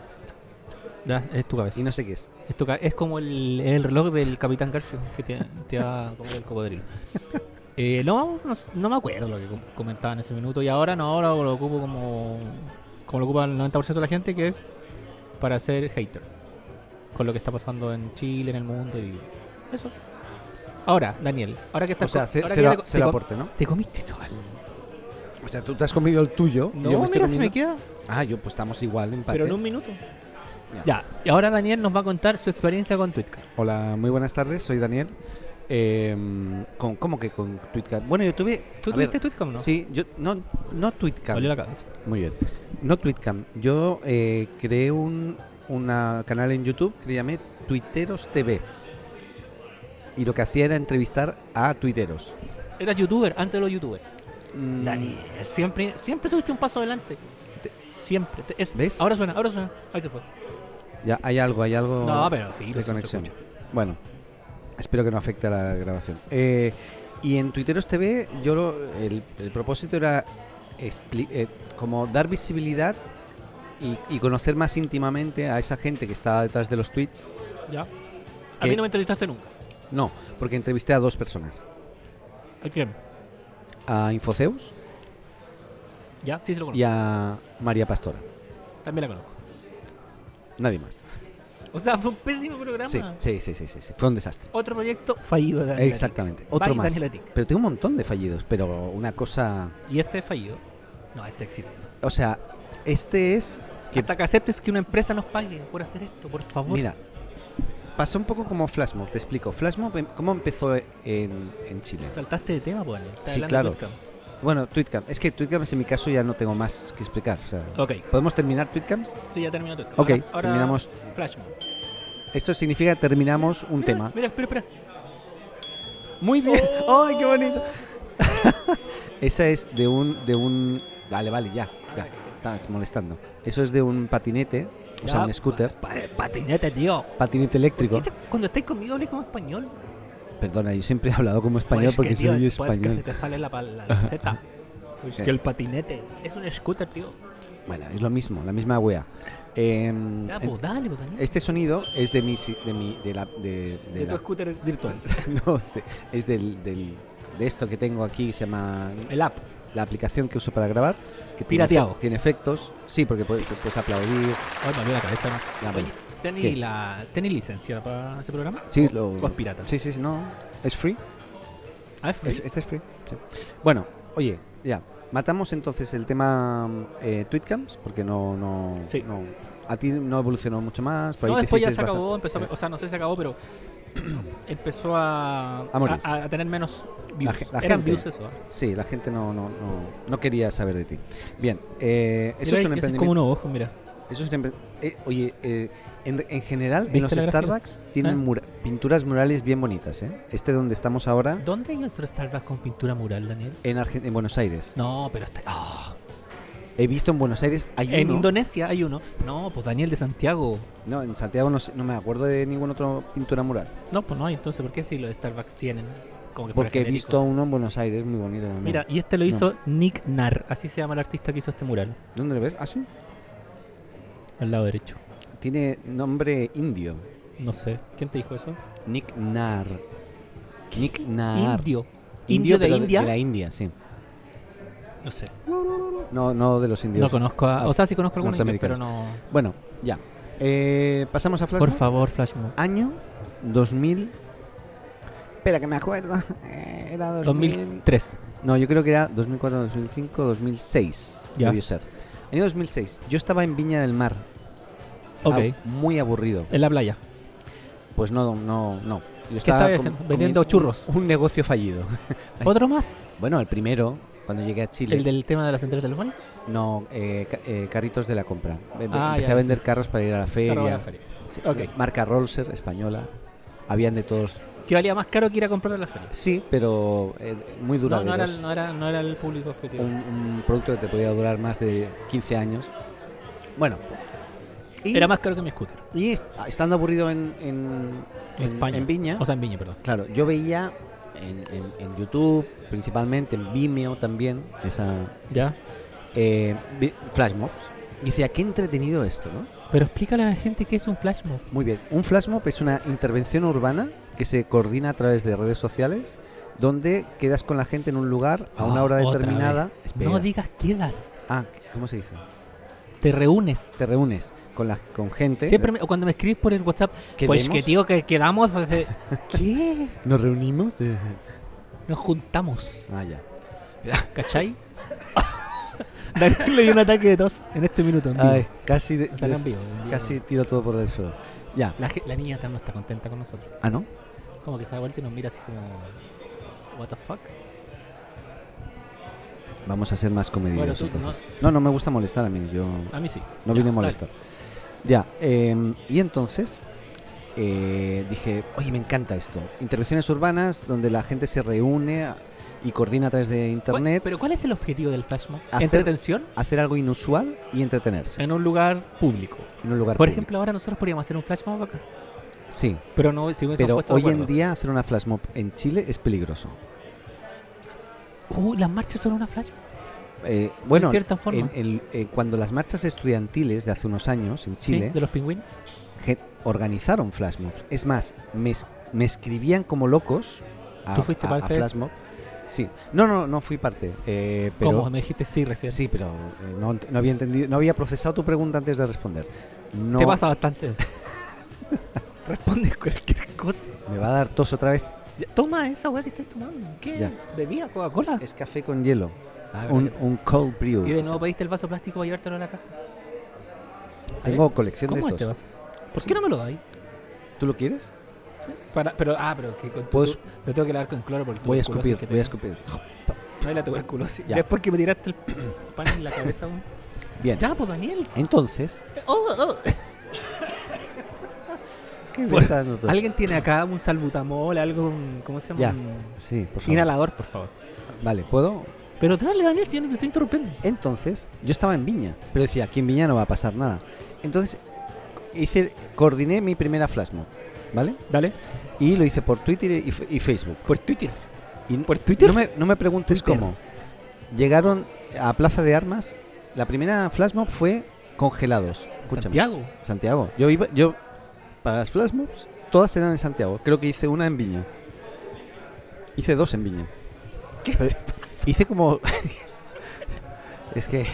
Speaker 2: Ya, es tu cabeza.
Speaker 1: y no sé qué es.
Speaker 2: Esto ca- es como el, el reloj del Capitán Garfio que te, te va a comer el cocodrilo. Eh, no, no, s- no me acuerdo lo que com- comentaba en ese minuto y ahora no, ahora lo ocupo como, como lo ocupa el 90% de la gente, que es para ser hater. Con lo que está pasando en Chile, en el mundo y eso. Ahora, Daniel, ahora que
Speaker 1: O
Speaker 2: estás...
Speaker 1: sea,
Speaker 2: co-
Speaker 1: se,
Speaker 2: ahora
Speaker 1: se
Speaker 2: que ya
Speaker 1: lo,
Speaker 2: te co-
Speaker 1: se
Speaker 2: te
Speaker 1: lo
Speaker 2: com-
Speaker 1: aporte, ¿no?
Speaker 2: Te comiste todo. el-
Speaker 1: O sea, tú te has comido el tuyo. y
Speaker 2: No,
Speaker 1: yo me estoy
Speaker 2: mira, se me
Speaker 1: comiendo-
Speaker 2: queda.
Speaker 1: Ah, yo pues estamos igual, empate.
Speaker 2: Pero en un minuto.
Speaker 1: Ya.
Speaker 2: Ya, y ahora Daniel nos va a contar su experiencia con Twitch.
Speaker 1: Hola, muy buenas tardes, soy Daniel. Em, con, ¿Cómo que con TweetCam? Bueno, yo tuve...
Speaker 2: ¿Tú
Speaker 1: a ver,
Speaker 2: tuviste Twitch o no?
Speaker 1: Sí, yo... No, no
Speaker 2: Me
Speaker 1: TweetCam.
Speaker 2: Dolió la cabeza.
Speaker 1: Muy bien. No TweetCam. Yo eh, creé un una canal en YouTube que le llamé Tuiteros TV. Y lo que hacía era entrevistar a tuiteros.
Speaker 2: Eras youtuber, antes de los youtubers.
Speaker 1: Mm,
Speaker 2: Daniel, siempre, siempre tuviste un paso adelante. Te- siempre. Te- es-
Speaker 1: ¿Ves?
Speaker 2: Ahora suena, ahora suena. Ahí se fue.
Speaker 1: Ya, hay algo, hay algo
Speaker 2: No, pero sí,
Speaker 1: de conexión. Bueno, espero que no afecte a la grabación. Eh, y en Tuiteros TV, yo lo- el, el propósito era expli- eh, como dar visibilidad y, y conocer más íntimamente a esa gente que estaba detrás de los tweets.
Speaker 2: Ya. A
Speaker 1: ¿Qué?
Speaker 2: mí no me entrevistaste nunca.
Speaker 1: No, porque entrevisté a dos personas.
Speaker 2: ¿A quién?
Speaker 1: a Infoceus
Speaker 2: Ya, sí se lo
Speaker 1: y
Speaker 2: conozco.
Speaker 1: a María Pastora.
Speaker 2: También la conozco.
Speaker 1: Nadie más.
Speaker 2: O sea, fue un pésimo programa.
Speaker 1: Sí, sí, sí, sí, sí, sí. Fue un desastre.
Speaker 2: Otro proyecto fallido de Daniel
Speaker 1: Exactamente.
Speaker 2: Atik.
Speaker 1: Otro
Speaker 2: Bye,
Speaker 1: más.
Speaker 2: Daniel Atik.
Speaker 1: Pero tengo un montón de fallidos, pero una cosa...
Speaker 2: Y este es fallido. No, este es exitoso.
Speaker 1: O sea, este es...
Speaker 2: Que hasta que aceptes que una empresa nos pague por hacer esto, por favor.
Speaker 1: Mira, pasa un poco como Flashmob, te explico. Flashmob, em- ¿cómo empezó en, en Chile?
Speaker 2: Saltaste de tema, pues, Daniel. Estás
Speaker 1: Sí,
Speaker 2: hablando de
Speaker 1: claro.
Speaker 2: Twitcam.
Speaker 1: Bueno, TweetCamp. Es que TweetCamp en mi caso ya no tengo más que explicar. o sea,
Speaker 2: Ok,
Speaker 1: ¿Podemos terminar TweetCamps?
Speaker 2: sí, ya terminó Twitcam.
Speaker 1: Ok,
Speaker 2: Ahora- ahora
Speaker 1: terminamos.
Speaker 2: Flashmob.
Speaker 1: Esto significa terminamos un
Speaker 2: Mira,
Speaker 1: tema.
Speaker 2: Mira, espera, espera.
Speaker 1: Muy bien.
Speaker 2: Oh.
Speaker 1: ¡Ay, qué bonito! Esa es de un, de un... Vale, vale, ya. ya. Estás molestando. Eso es de un patinete, o sea,
Speaker 2: Ya,
Speaker 1: un scooter.
Speaker 2: pa- pa- patinete, tío.
Speaker 1: Patinete eléctrico.
Speaker 2: ¿Por qué te- este, cuando estáis conmigo hablé como español?
Speaker 1: Perdona, yo siempre he hablado como español
Speaker 2: Pues
Speaker 1: porque
Speaker 2: que, tío,
Speaker 1: soy
Speaker 2: pues que se
Speaker 1: español.
Speaker 2: te sale la, pal- la teta. Pues
Speaker 1: Sí.
Speaker 2: que el patinete es un scooter, tío.
Speaker 1: Bueno, es lo mismo, la misma wea. Em,
Speaker 2: Ya,
Speaker 1: en-
Speaker 2: pues dale, pues Daniel.
Speaker 1: este sonido es de mi... si- De mi de la, de, de
Speaker 2: De tu
Speaker 1: la-
Speaker 2: scooter virtual.
Speaker 1: no, es, de, es del, del- de esto que tengo aquí, se llama... El app. La aplicación que uso para grabar. Que tiene efe-
Speaker 2: Pirateado.
Speaker 1: Tiene efectos. Sí, porque puedes, puedes aplaudir.
Speaker 2: Ay, me dolió la cabeza, ¿no?
Speaker 1: Ya,
Speaker 2: Oye,
Speaker 1: bueno. ¿Qué?
Speaker 2: ¿tení, la, ¿tení licencia para ese programa?
Speaker 1: Sí,
Speaker 2: ¿O-
Speaker 1: lo...
Speaker 2: o es pirata?
Speaker 1: Sí, sí, sí, no. Es free.
Speaker 2: Ah, es free.
Speaker 1: Es- este es free, sí. Bueno, oye, ya. Matamos entonces el tema eh, Tweetcams, porque no, no,
Speaker 2: Sí.
Speaker 1: no- A ti no evolucionó mucho más. por ahí
Speaker 2: No,
Speaker 1: te
Speaker 2: después ya se
Speaker 1: hiciste
Speaker 2: acabó, empezó,
Speaker 1: bastante- eh,
Speaker 2: a- o sea, no sé si se acabó, pero empezó a,
Speaker 1: A morir.
Speaker 2: a- a tener menos
Speaker 1: La
Speaker 2: views.
Speaker 1: ge- la
Speaker 2: Eran
Speaker 1: gente.
Speaker 2: views eso. ¿eh?
Speaker 1: Sí, la gente no, no, no, no quería saber de ti. Bien, eh, eso
Speaker 2: Mira,
Speaker 1: es un
Speaker 2: ese
Speaker 1: emprendimiento.
Speaker 2: como unos ojos, mira.
Speaker 1: Eso es un empre- eh, oye, eh, en, en general
Speaker 2: ¿Viste
Speaker 1: en los
Speaker 2: la gráfica?
Speaker 1: Starbucks tienen
Speaker 2: ¿Eh?
Speaker 1: mura- pinturas murales bien bonitas. ¿eh? Este donde estamos ahora,
Speaker 2: ¿Dónde hay otro Starbucks con pintura mural, Daniel?
Speaker 1: en, Argen- en Buenos Aires.
Speaker 2: No, pero está. ah.
Speaker 1: He visto en Buenos Aires, hay
Speaker 2: En
Speaker 1: uno-
Speaker 2: Indonesia hay uno. No, pues Daniel de Santiago.
Speaker 1: No, en Santiago no, sé- no me acuerdo de ninguna otra pintura mural.
Speaker 2: No, pues no hay. Entonces, ¿por qué si los Starbucks tienen? Como que fuera
Speaker 1: Porque he
Speaker 2: genérico.
Speaker 1: visto uno en Buenos Aires muy bonito. también.
Speaker 2: Mira, y este lo hizo Nick Nar. Así se llama el artista que hizo este mural.
Speaker 1: ¿Dónde lo ves? Ah, sí.
Speaker 2: Al lado derecho.
Speaker 1: Tiene nombre indio.
Speaker 2: No sé. ¿Quién te dijo eso?
Speaker 1: Nick Nar. Nick Nar.
Speaker 2: Indio.
Speaker 1: Indio,
Speaker 2: Indio de
Speaker 1: pero
Speaker 2: India.
Speaker 1: De la India, sí.
Speaker 2: No sé.
Speaker 1: No, no de los indios.
Speaker 2: No conozco a.
Speaker 1: No.
Speaker 2: O sea, sí conozco algunos indios, pero
Speaker 1: Norteamericanos.
Speaker 2: no.
Speaker 1: Bueno, ya. Eh, Pasamos a Flash.
Speaker 2: Por
Speaker 1: Mob.
Speaker 2: favor, Flashmob.
Speaker 1: Año 2000. Espera, que me acuerdo. Eh, Era 2000.
Speaker 2: 2003.
Speaker 1: No, yo creo que era 2004, 2005, 2006.
Speaker 2: Ya.
Speaker 1: Debió ser. Año 2006. Yo estaba en Viña del Mar.
Speaker 2: Ok.
Speaker 1: Ah, muy aburrido.
Speaker 2: En la playa.
Speaker 1: Pues no, no, no. Yo
Speaker 2: ¿Qué estaba
Speaker 1: com-
Speaker 2: haciendo?
Speaker 1: comiendo
Speaker 2: Vendiendo churros.
Speaker 1: Un negocio fallido.
Speaker 2: ¿Otro más?
Speaker 1: Bueno, el primero, cuando llegué a Chile.
Speaker 2: ¿El del tema de las centrales telefónicas?
Speaker 1: No, eh, ca- eh, carritos de la compra. Em-
Speaker 2: Ah,
Speaker 1: Empecé
Speaker 2: ya,
Speaker 1: a vender
Speaker 2: sí, sí.
Speaker 1: carros para ir a la feria.
Speaker 2: Carro de la feria.
Speaker 1: Sí,
Speaker 2: Ok.
Speaker 1: Marca Rolser, española. Habían de todos.
Speaker 2: Que valía más caro que ir a comprar a la feria.
Speaker 1: Sí, pero eh, muy
Speaker 2: No, no era,
Speaker 1: duraderos.
Speaker 2: el- no, era, no era el público objetivo.
Speaker 1: un, un producto que te podía durar más de 15 años. Bueno. Y,
Speaker 2: Era más caro que mi scooter.
Speaker 1: y est- estando aburrido en, en, en-
Speaker 2: España.
Speaker 1: en Viña,
Speaker 2: O sea, en Viña, perdón.
Speaker 1: claro, yo veía en, en- en YouTube, principalmente en Vimeo también, esa,
Speaker 2: Ya.
Speaker 1: eh, vi- flash mobs. Y decía, qué entretenido esto, ¿no?
Speaker 2: Pero explícale a la gente qué es un flashmob.
Speaker 1: Muy bien. Un flash mob es una intervención urbana que se coordina a través de redes sociales donde quedas con la gente en un lugar a una
Speaker 2: Ah,
Speaker 1: hora
Speaker 2: otra
Speaker 1: determinada. Espera.
Speaker 2: No digas quedas.
Speaker 1: ah, ¿cómo se dice?
Speaker 2: Te reúnes.
Speaker 1: Te reúnes con la con gente.
Speaker 2: Siempre me- o cuando me escribes por el WhatsApp,
Speaker 1: ¿Qué
Speaker 2: pues
Speaker 1: vemos?
Speaker 2: que tío, que quedamos. hace- ¿Qué?
Speaker 1: nos reunimos.
Speaker 2: Nos juntamos.
Speaker 1: Ah, ya.
Speaker 2: ¿Cachai? Daniel le dio un ataque de tos en este minuto. en vivo.
Speaker 1: Ay, casi de-
Speaker 2: O sea,
Speaker 1: des-
Speaker 2: en vivo, en vivo.
Speaker 1: casi tiro todo por el suelo. Ya.
Speaker 2: La, ge- la niña tan no está contenta con nosotros.
Speaker 1: Ah, ¿no?
Speaker 2: Como que se da vuelta y nos mira así como. ¿What the fuck?
Speaker 1: Vamos a ser más comedidos.
Speaker 2: Bueno, tú
Speaker 1: entonces. No, no me gusta molestar a mí. Yo
Speaker 2: A mí sí.
Speaker 1: No
Speaker 2: Ah, Ya,
Speaker 1: vine a
Speaker 2: dale.
Speaker 1: molestar. Ya, eh, y entonces eh, dije, oye, me encanta esto. Intervenciones urbanas donde la gente se reúne a- y coordina a través de
Speaker 2: ¿Cuál-
Speaker 1: internet,
Speaker 2: ¿Pero cuál es el objetivo del flashmob?
Speaker 1: Hacer-
Speaker 2: ¿Entretención?
Speaker 1: hacer algo inusual y entretenerse
Speaker 2: En un lugar público.
Speaker 1: en un lugar
Speaker 2: Por
Speaker 1: público.
Speaker 2: ejemplo, ahora nosotros podríamos hacer un flashmob acá.
Speaker 1: Sí,
Speaker 2: Pero no, si hubiésemos
Speaker 1: pero
Speaker 2: puesto de
Speaker 1: hoy en
Speaker 2: acuerdo.
Speaker 1: día hacer una flash mob en Chile es peligroso.
Speaker 2: Uh, las marchas son una flash.
Speaker 1: Eh, bueno,
Speaker 2: En cierta forma.
Speaker 1: en el- eh, cuando las marchas estudiantiles de hace unos años en Chile
Speaker 2: Sí, de los pingüinos.
Speaker 1: ge- organizaron flash mobs. Es más, me, es- me escribían como locos a,
Speaker 2: ¿Tú fuiste
Speaker 1: a- a
Speaker 2: parte de
Speaker 1: flash
Speaker 2: eso?
Speaker 1: mob. Sí. No, no, no fui parte. eh, pero,
Speaker 2: Como me dijiste sí recién.
Speaker 1: Sí, pero eh, no, ent- no había entendido, no había procesado tu pregunta antes de responder. No,
Speaker 2: Te pasa bastante eso. Respondes cualquier cosa.
Speaker 1: me va a dar tos otra vez.
Speaker 2: Ya, Toma esa weá que estás tomando. ¿Qué?
Speaker 1: Ya.
Speaker 2: ¿Bebía Coca-Cola?
Speaker 1: Es café con hielo,
Speaker 2: Ah,
Speaker 1: un,
Speaker 2: verdad.
Speaker 1: un cold brew.
Speaker 2: Y de nuevo pues, pediste el vaso plástico para llevártelo a la casa.
Speaker 1: Tengo colección de
Speaker 2: ¿Cómo es
Speaker 1: estos.
Speaker 2: este vaso? ¿Por qué no me lo dais?
Speaker 1: ¿Tú lo quieres?
Speaker 2: Para, pero, ah, pero que con tu-
Speaker 1: Puedo escu-
Speaker 2: lo tengo que lavar con cloro porque
Speaker 1: Voy a escupir, voy a escupir.
Speaker 2: No hay la tuberculosis.
Speaker 1: Ya.
Speaker 2: Después que me tiraste el pan en la cabeza, weón.
Speaker 1: Bien.
Speaker 2: Ya, pues Daniel.
Speaker 1: Entonces,
Speaker 2: Oh, oh.
Speaker 1: ¿qué me
Speaker 2: Bueno,
Speaker 1: estás dando tos?
Speaker 2: ¿Alguien tiene acá un salbutamol, algo, un- ¿cómo se llama?
Speaker 1: Ya,
Speaker 2: Un
Speaker 1: Sí, por favor.
Speaker 2: inhalador, por favor.
Speaker 1: Vale, ¿puedo?
Speaker 2: Pero dale, Daniel, si yo no te estoy interrumpiendo.
Speaker 1: Entonces, yo estaba en Viña, pero decía, aquí en Viña no va a pasar nada. Entonces, hice, coordiné mi primera flash mob, ¿vale?
Speaker 2: Dale.
Speaker 1: Y lo hice por Twitter y, f- y Facebook.
Speaker 2: Por Twitter.
Speaker 1: Y
Speaker 2: ¿Por Twitter?
Speaker 1: No me, no me preguntes
Speaker 2: Twitter.
Speaker 1: cómo. Llegaron a Plaza de Armas. La primera flash mob fue congelados. Escúchame.
Speaker 2: Santiago.
Speaker 1: Santiago. Yo iba, yo, para las flash mobs, todas eran en Santiago. Creo que hice una en Viña. Hice dos en Viña.
Speaker 2: ¿Qué
Speaker 1: Pero Hice como... es que...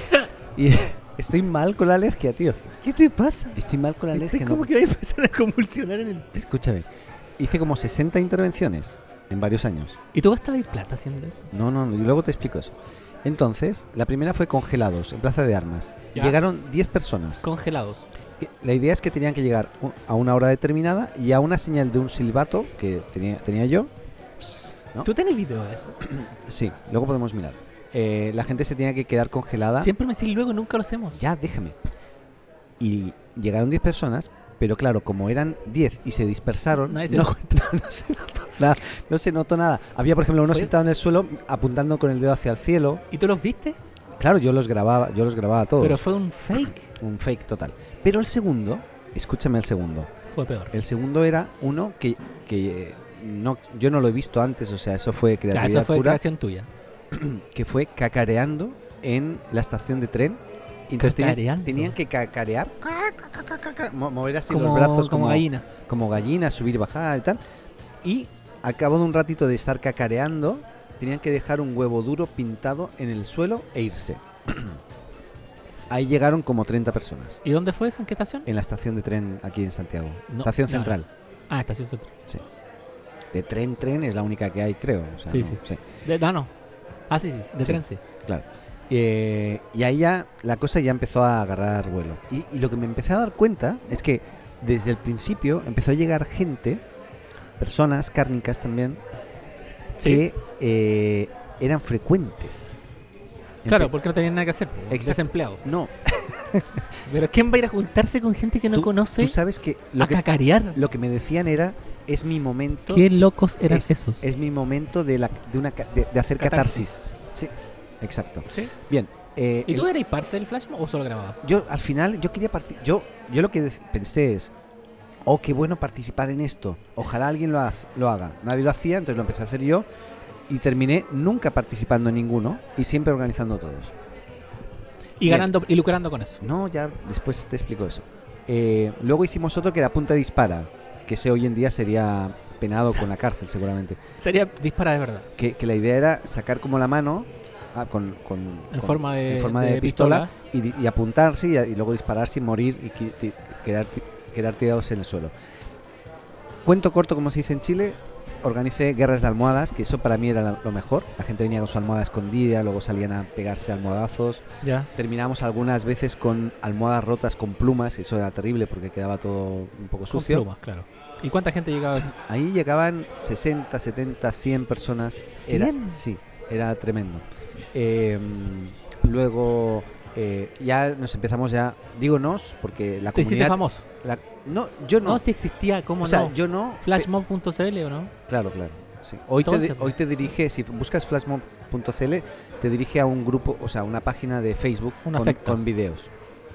Speaker 1: y- estoy mal con la alergia, tío.
Speaker 2: ¿Qué te pasa?
Speaker 1: Estoy mal con la
Speaker 2: Estás
Speaker 1: alergia.
Speaker 2: como
Speaker 1: no-
Speaker 2: que vas a empezar a convulsionar en el piso.
Speaker 1: Escúchame. Hice como 60 intervenciones en varios años.
Speaker 2: ¿Y tú gastas ahí plata haciendo eso?
Speaker 1: No, no, no, y luego te explico eso. Entonces, la primera fue congelados en Plaza de Armas.
Speaker 2: Ya.
Speaker 1: Llegaron 10 personas.
Speaker 2: Congelados.
Speaker 1: que- la idea es que tenían que llegar u- a una hora determinada y a una señal de un silbato que tenía, tenía yo. ¿no?
Speaker 2: ¿Tú tenés video de eso?
Speaker 1: Sí, luego podemos mirar. Eh, la gente se tenía que quedar congelada.
Speaker 2: Siempre me decís luego, nunca lo hacemos.
Speaker 1: Ya, déjame. Y llegaron 10 personas, pero claro, como eran 10 y se dispersaron,
Speaker 2: Nadie se
Speaker 1: no,
Speaker 2: dio
Speaker 1: no se notó nada, no se notó nada. Había, por ejemplo, uno
Speaker 2: Fue-
Speaker 1: sentado en el suelo apuntando con el dedo hacia el cielo.
Speaker 2: ¿Y tú los viste?
Speaker 1: Claro, yo los grababa, yo los grababa todos.
Speaker 2: Pero fue un fake.
Speaker 1: Un fake total. Pero el segundo, escúchame el segundo.
Speaker 2: Fue peor.
Speaker 1: El segundo era uno que, que eh, no, yo no lo he visto antes, o sea, eso fue
Speaker 2: Ya,
Speaker 1: creatividad
Speaker 2: esa Ah, fue
Speaker 1: pura,
Speaker 2: creación tuya.
Speaker 1: que fue cacareando en la estación de tren. Y entonces tenían-
Speaker 2: Cacareando.
Speaker 1: tenían, que cacarear, ca, ca, ca, ca, ca, ca, mo- mover así
Speaker 2: como,
Speaker 1: los brazos
Speaker 2: como gallina.
Speaker 1: como gallina, subir, bajar y tal. Y a cabo de un ratito de estar cacareando, tenían que dejar un huevo duro pintado en el suelo e irse. Ahí llegaron como 30 personas
Speaker 2: ¿Y dónde fue esa? ¿En qué estación?
Speaker 1: en la estación de tren aquí en Santiago.
Speaker 2: No,
Speaker 1: estación
Speaker 2: no.
Speaker 1: central.
Speaker 2: Ah, estación central.
Speaker 1: De tren, tren es la única que hay, creo. o sea,
Speaker 2: Sí,
Speaker 1: no-
Speaker 2: sí.
Speaker 1: sí.
Speaker 2: De, ah, no. Ah, sí, sí. De
Speaker 1: Sí.
Speaker 2: tren, sí.
Speaker 1: Eh, y ahí ya la cosa ya empezó a agarrar vuelo. Y, y lo que me empecé a dar cuenta es que desde el principio empezó a llegar gente, personas cárnicas también, que eh, eran frecuentes.
Speaker 2: Claro,
Speaker 1: Empe-
Speaker 2: porque no tenían nada que hacer. po,
Speaker 1: Exacto.
Speaker 2: Desempleados.
Speaker 1: No,
Speaker 2: Pero ¿quién va a ir a juntarse con gente que no
Speaker 1: tú-
Speaker 2: conoce
Speaker 1: Tú sabes que
Speaker 2: a
Speaker 1: lo, que
Speaker 2: cacarear?
Speaker 1: lo que me decían era, es mi momento,
Speaker 2: ¿Qué locos eran
Speaker 1: Es-
Speaker 2: esos?
Speaker 1: es mi momento de, la, de, una, ca- de, de hacer catarsis. Sí, exacto.
Speaker 2: Sí.
Speaker 1: Bien. eh,
Speaker 2: ¿Y
Speaker 1: el-
Speaker 2: tú eres parte del flash mob o solo grababas?
Speaker 1: Yo al final, yo quería partir. Yo, yo lo que des- pensé es, oh, qué bueno participar en esto. Ojalá alguien lo, haz- lo haga. Nadie lo hacía, entonces lo empecé a hacer yo y terminé nunca participando en ninguno y siempre organizando todos.
Speaker 2: Y
Speaker 1: Bien.
Speaker 2: ganando y lucrando con eso.
Speaker 1: No, ya después te explico eso. Eh, luego hicimos otro que era punta dispara, que ese hoy en día sería penado con la cárcel seguramente.
Speaker 2: Sería dispara de verdad.
Speaker 1: Que, que la idea era sacar como la mano ah, con, con-
Speaker 2: En
Speaker 1: con-
Speaker 2: forma de-
Speaker 1: en forma
Speaker 2: de
Speaker 1: de pistola, y di- Y, apuntarse y, a- y luego dispararse y morir y qui- ti- quedar, ti- quedar tirados en el suelo. Cuento corto, como se dice en Chile, organicé guerras de almohadas, que eso para mí era la- lo mejor. La gente venía con su almohada escondida, luego salían a pegarse almohadazos.
Speaker 2: Ya.
Speaker 1: Terminamos algunas veces con almohadas rotas con plumas, eso era terrible porque quedaba todo un poco
Speaker 2: Con
Speaker 1: sucio.
Speaker 2: plumas, claro. ¿Y cuánta gente llegaba? a eso?
Speaker 1: Ahí llegaban 60, 70, 100 personas. Era,
Speaker 2: ¿Cien?
Speaker 1: sí, era tremendo. Eh, luego eh, ya nos empezamos ya, digo nos, porque la
Speaker 2: Te hiciste
Speaker 1: comunidad...
Speaker 2: famoso.
Speaker 1: la- no, yo
Speaker 2: No,
Speaker 1: no.
Speaker 2: si existía, ¿cómo
Speaker 1: o sea,
Speaker 2: no?
Speaker 1: yo no... pe-
Speaker 2: Flashmob.cl o no?
Speaker 1: Claro, claro. sí. Hoy, te,
Speaker 2: Entonces,
Speaker 1: di- hoy te dirige, si buscas flashmob.cl, te dirige a un grupo, o sea, una página de Facebook
Speaker 2: Una
Speaker 1: con,
Speaker 2: secta.
Speaker 1: con videos.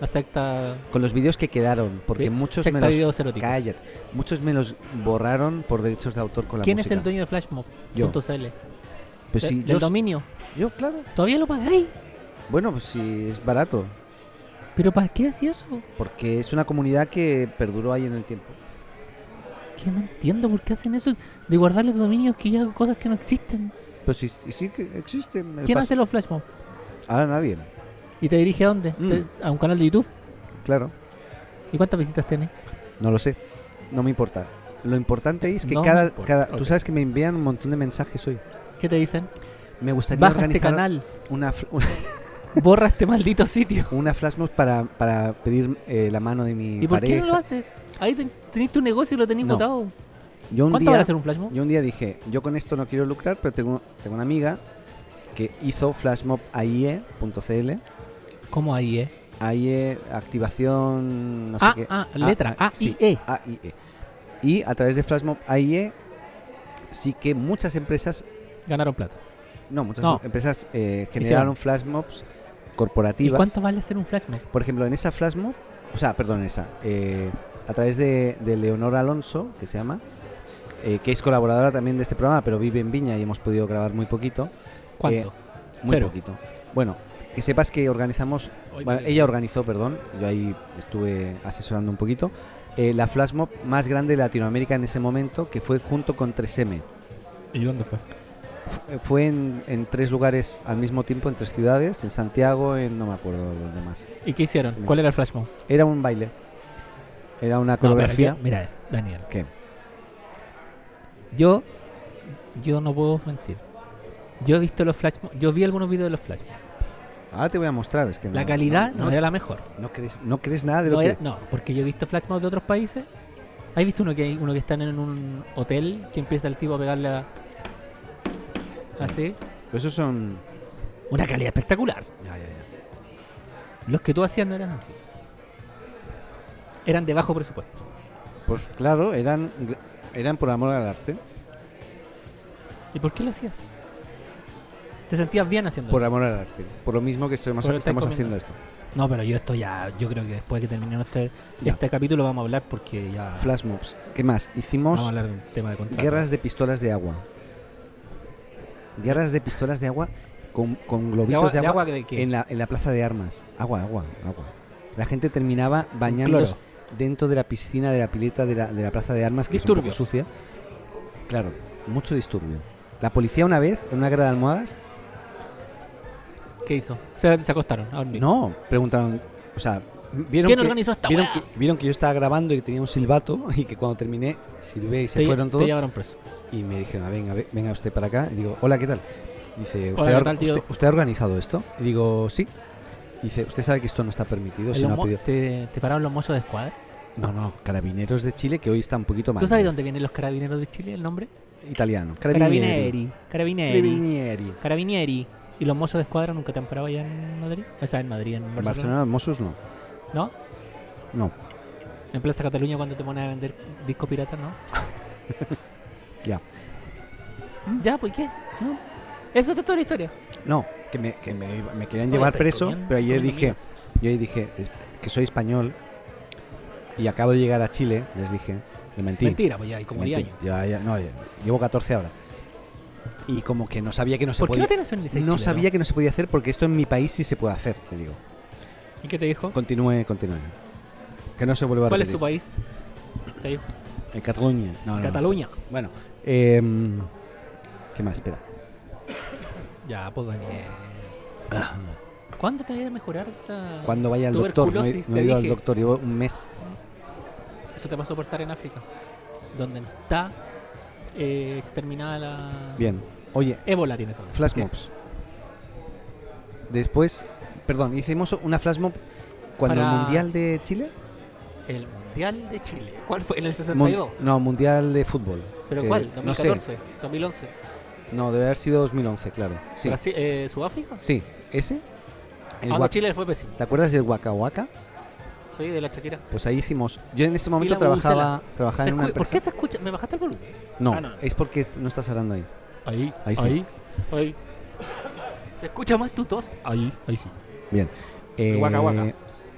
Speaker 2: La secta.
Speaker 1: Con los videos que quedaron, porque
Speaker 2: vi-
Speaker 1: muchos
Speaker 2: secta
Speaker 1: me los...
Speaker 2: videos eróticos.
Speaker 1: Cállate. Muchos me los borraron por derechos de autor con la
Speaker 2: ¿Quién
Speaker 1: música.
Speaker 2: es el dueño de flashmob.cl?
Speaker 1: Pues sí,
Speaker 2: ¿Del
Speaker 1: yo,
Speaker 2: dominio?
Speaker 1: yo, claro.
Speaker 2: ¿Todavía lo pagáis?
Speaker 1: Bueno, pues sí, es barato,
Speaker 2: ¿Pero para qué hacía eso?
Speaker 1: porque es una comunidad que perduró ahí en el tiempo.
Speaker 2: Que no entiendo por qué hacen eso de guardar los dominios que ya cosas que no existen.
Speaker 1: Pero Pues sí, sí que existe. me
Speaker 2: ¿Quién
Speaker 1: Eh, pasa-
Speaker 2: hace los flashmob?
Speaker 1: Ahora nadie,
Speaker 2: ¿Y te dirige a dónde?
Speaker 1: Mm.
Speaker 2: Te- ¿A un canal de YouTube?
Speaker 1: claro.
Speaker 2: ¿Y cuántas visitas tenés?
Speaker 1: No lo sé, no me importa. Lo importante es que
Speaker 2: No me
Speaker 1: cada...
Speaker 2: importa,
Speaker 1: cada
Speaker 2: ok.
Speaker 1: Tú sabes que me envían un montón de mensajes hoy.
Speaker 2: ¿Qué te dicen?
Speaker 1: Me gustaría
Speaker 2: Baja este
Speaker 1: organizar
Speaker 2: canal,
Speaker 1: una, fl- una,
Speaker 2: borra este maldito sitio.
Speaker 1: una flashmob para, para pedir eh, la mano de mi
Speaker 2: ¿Y por
Speaker 1: pareja.
Speaker 2: qué no lo haces? Ahí ten- tenés tu negocio y lo tenés
Speaker 1: No.
Speaker 2: botado.
Speaker 1: Yo un
Speaker 2: ¿Cuánto
Speaker 1: día-
Speaker 2: vale hacer un flashmob?
Speaker 1: Yo un día dije, yo con esto no quiero lucrar, pero tengo, tengo una amiga que hizo eh, flashmobaie.cl,
Speaker 2: ¿Cómo ahí, eh?
Speaker 1: AIE, activación, no sé
Speaker 2: ah,
Speaker 1: qué.
Speaker 2: ah, letra,
Speaker 1: ah,
Speaker 2: A,
Speaker 1: sí,
Speaker 2: I, E.
Speaker 1: AIE. Y a través de flashmob AIE sí que muchas empresas,
Speaker 2: Ganaron plata.
Speaker 1: no, muchas
Speaker 2: No.
Speaker 1: empresas eh, generaron flashmobs corporativas.
Speaker 2: ¿Y cuánto vale hacer un flashmob?
Speaker 1: Por ejemplo, en esa flashmob, o sea, perdón, en esa, eh, a través de, de Leonor Alonso, que se llama, eh, que es colaboradora también de este programa, pero vive en Viña y hemos podido grabar muy poquito.
Speaker 2: ¿Cuánto?
Speaker 1: Muy
Speaker 2: Cero.
Speaker 1: poquito. Bueno, que sepas que organizamos,
Speaker 2: Hoy
Speaker 1: bueno,
Speaker 2: me-
Speaker 1: ella organizó, perdón, yo ahí estuve asesorando un poquito, eh, la flashmob más grande de Latinoamérica en ese momento, que fue junto con 3M.
Speaker 2: ¿Y dónde fue?
Speaker 1: F- eh, Fue en, en tres lugares al mismo tiempo, en tres ciudades, en Santiago, en no me acuerdo dónde más.
Speaker 2: ¿Y qué hicieron?
Speaker 1: Mm.
Speaker 2: ¿Cuál era el flashmob? No,
Speaker 1: Era un baile, era una
Speaker 2: pero
Speaker 1: coreografía.
Speaker 2: yo- mira, Daniel.
Speaker 1: ¿Qué?
Speaker 2: Yo, yo no puedo mentir. Yo he visto los flashmob. Yo vi algunos videos de los flashmob.
Speaker 1: Ahora te voy a mostrar. Es que no-
Speaker 2: la calidad no,
Speaker 1: no,
Speaker 2: era la mejor.
Speaker 1: no crees, no crees nada de lo
Speaker 2: No,
Speaker 1: que.
Speaker 2: era- no, porque yo he visto flash mobs de otros países. ¿Has visto uno que hay uno que están en un hotel que empieza el tipo a pegarle a- así?
Speaker 1: Pero esos son.
Speaker 2: Una calidad espectacular.
Speaker 1: Ya, ya, ya.
Speaker 2: Los que tú hacías no eran así. Eran de bajo presupuesto.
Speaker 1: Pues claro, eran, eran por amor al arte.
Speaker 2: ¿Y por qué lo hacías? ¿Te sentías bien haciendo
Speaker 1: Por amor al arte. Por lo mismo que estoy más-
Speaker 2: Por lo que
Speaker 1: estamos
Speaker 2: estáis
Speaker 1: haciendo
Speaker 2: comiendo.
Speaker 1: esto.
Speaker 2: No, pero yo esto ya, yo creo que después de que terminemos este,
Speaker 1: Ya.
Speaker 2: este capítulo vamos a hablar porque ya
Speaker 1: Flash mobs. ¿Qué más? Hicimos
Speaker 2: vamos a hablar de un tema de contrato.
Speaker 1: guerras de pistolas de agua. Guerras de pistolas de agua con, con
Speaker 2: de
Speaker 1: globitos
Speaker 2: agua,
Speaker 1: de agua,
Speaker 2: de qué?
Speaker 1: en, la, en la plaza de armas. Agua, agua, agua. La gente terminaba
Speaker 2: Cloro.
Speaker 1: bañándose dentro de la piscina, de la pileta, de la, de la plaza de armas, que es un poco
Speaker 2: Disturbios.
Speaker 1: sucia. Claro, mucho disturbio. La policía una vez, en una guerra de almohadas,
Speaker 2: ¿Qué hizo? Se, se acostaron a dormir.
Speaker 1: No, preguntaron, o sea, vieron
Speaker 2: ¿Quién
Speaker 1: que,
Speaker 2: organizó esta
Speaker 1: vieron
Speaker 2: weá?
Speaker 1: que, vieron que yo estaba grabando y que tenía un silbato y que cuando terminé silbé y se
Speaker 2: Te-
Speaker 1: fueron
Speaker 2: Te
Speaker 1: todos
Speaker 2: llevaron preso.
Speaker 1: y me dijeron, "Ah, venga, ve- venga usted para acá. Y digo, hola, ¿qué tal? Dice,
Speaker 2: Hola,
Speaker 1: ¿usted,
Speaker 2: ¿qué
Speaker 1: ha-
Speaker 2: tal, tío?
Speaker 1: usted- usted ha organizado esto? Y digo, sí. Y dice, ¿usted sabe que esto no está permitido? Si
Speaker 2: Los
Speaker 1: no, ha
Speaker 2: mo-
Speaker 1: pedido-".
Speaker 2: te, te pararon los mozos de escuadra.
Speaker 1: no, no, carabineros de Chile que hoy está un poquito más.
Speaker 2: ¿Tú sabes dónde vienen los carabineros de Chile el nombre?
Speaker 1: Italiano.
Speaker 2: Carabinieri. Carabinieri.
Speaker 1: Carabinieri.
Speaker 2: Carabinieri. ¿Y los mozos de escuadra nunca te han parado allá en Madrid? O sea, en Madrid, en
Speaker 1: En
Speaker 2: Barcelona.
Speaker 1: Barcelona, Mossos no.
Speaker 2: ¿No?
Speaker 1: No,
Speaker 2: En Plaza Cataluña cuando te pones a vender disco pirata, ¿no?
Speaker 1: Ya.
Speaker 2: Ya, pues ¿qué? No. Eso es toda la historia.
Speaker 1: no, que me, que me, me querían
Speaker 2: Oye,
Speaker 1: llevar
Speaker 2: estáis
Speaker 1: preso,
Speaker 2: comiendo-
Speaker 1: pero ayer
Speaker 2: comiendo
Speaker 1: dije,
Speaker 2: migas.
Speaker 1: Yo ahí dije "Es que soy español y acabo de llegar a Chile, les dije. Le mentí.
Speaker 2: Mentira, pues ya hay como
Speaker 1: mentí.
Speaker 2: 10 años.
Speaker 1: Ya- ya- no, ya- llevo 14 ahora. Y como que no sabía que no se
Speaker 2: ¿Por qué
Speaker 1: podía.
Speaker 2: no tienes un liceo
Speaker 1: no sabía que no se podía hacer porque esto en mi país sí se puede hacer, te digo.
Speaker 2: ¿Y qué te dijo?
Speaker 1: Continúe, continúe. Que no se vuelva a
Speaker 2: ¿Cuál es
Speaker 1: repetir.
Speaker 2: tu país? Te dijo.
Speaker 1: En Cataluña. No, no, no.
Speaker 2: Cataluña.
Speaker 1: Bueno, em, ¿qué más? Espera.
Speaker 2: Ya, pues Daniel. ¿Cuándo te había a mejorar esa
Speaker 1: Cuando vaya al doctor, no he,
Speaker 2: Ah. tuberculosis?
Speaker 1: no
Speaker 2: te
Speaker 1: he ido al
Speaker 2: dije.
Speaker 1: doctor, llevo un mes.
Speaker 2: Eso te pasó por estar en África, donde está eh, exterminada la...
Speaker 1: Bien. Oye,
Speaker 2: Ébola tiene esa.
Speaker 1: Flash
Speaker 2: ¿Qué?
Speaker 1: mobs. Después, perdón, hicimos una flash mob cuando
Speaker 2: Para-
Speaker 1: el Mundial de Chile.
Speaker 2: El Mundial de Chile. ¿Cuál fue? ¿En el
Speaker 1: Mun-
Speaker 2: 62?
Speaker 1: no, Mundial de Fútbol.
Speaker 2: ¿Pero
Speaker 1: que
Speaker 2: cuál?
Speaker 1: eh, No, sé.
Speaker 2: 2014, 2011.
Speaker 1: No, debe haber sido 2011, claro. Sí,
Speaker 2: Brasil- eh, ¿Sudáfrica?
Speaker 1: sí. ese. El
Speaker 2: Ah, no,
Speaker 1: guac-
Speaker 2: Chile fue pésimo.
Speaker 1: ¿Te acuerdas del Waka Waka?
Speaker 2: Soy de la Shakira.
Speaker 1: Pues ahí hicimos. Yo en ese momento
Speaker 2: la
Speaker 1: trabajaba, trabajaba
Speaker 2: Se
Speaker 1: en una
Speaker 2: escu- ¿Por
Speaker 1: empresa.
Speaker 2: qué se escucha? ¿Me bajaste el volumen?
Speaker 1: No,
Speaker 2: Ah, no, no.
Speaker 1: es porque no estás hablando ahí.
Speaker 2: Ahí,
Speaker 1: Ahí sí.
Speaker 2: ahí, ahí. ¿Se escucha más tu tos? Ahí, ahí sí.
Speaker 1: Eh,
Speaker 2: Waka Waka.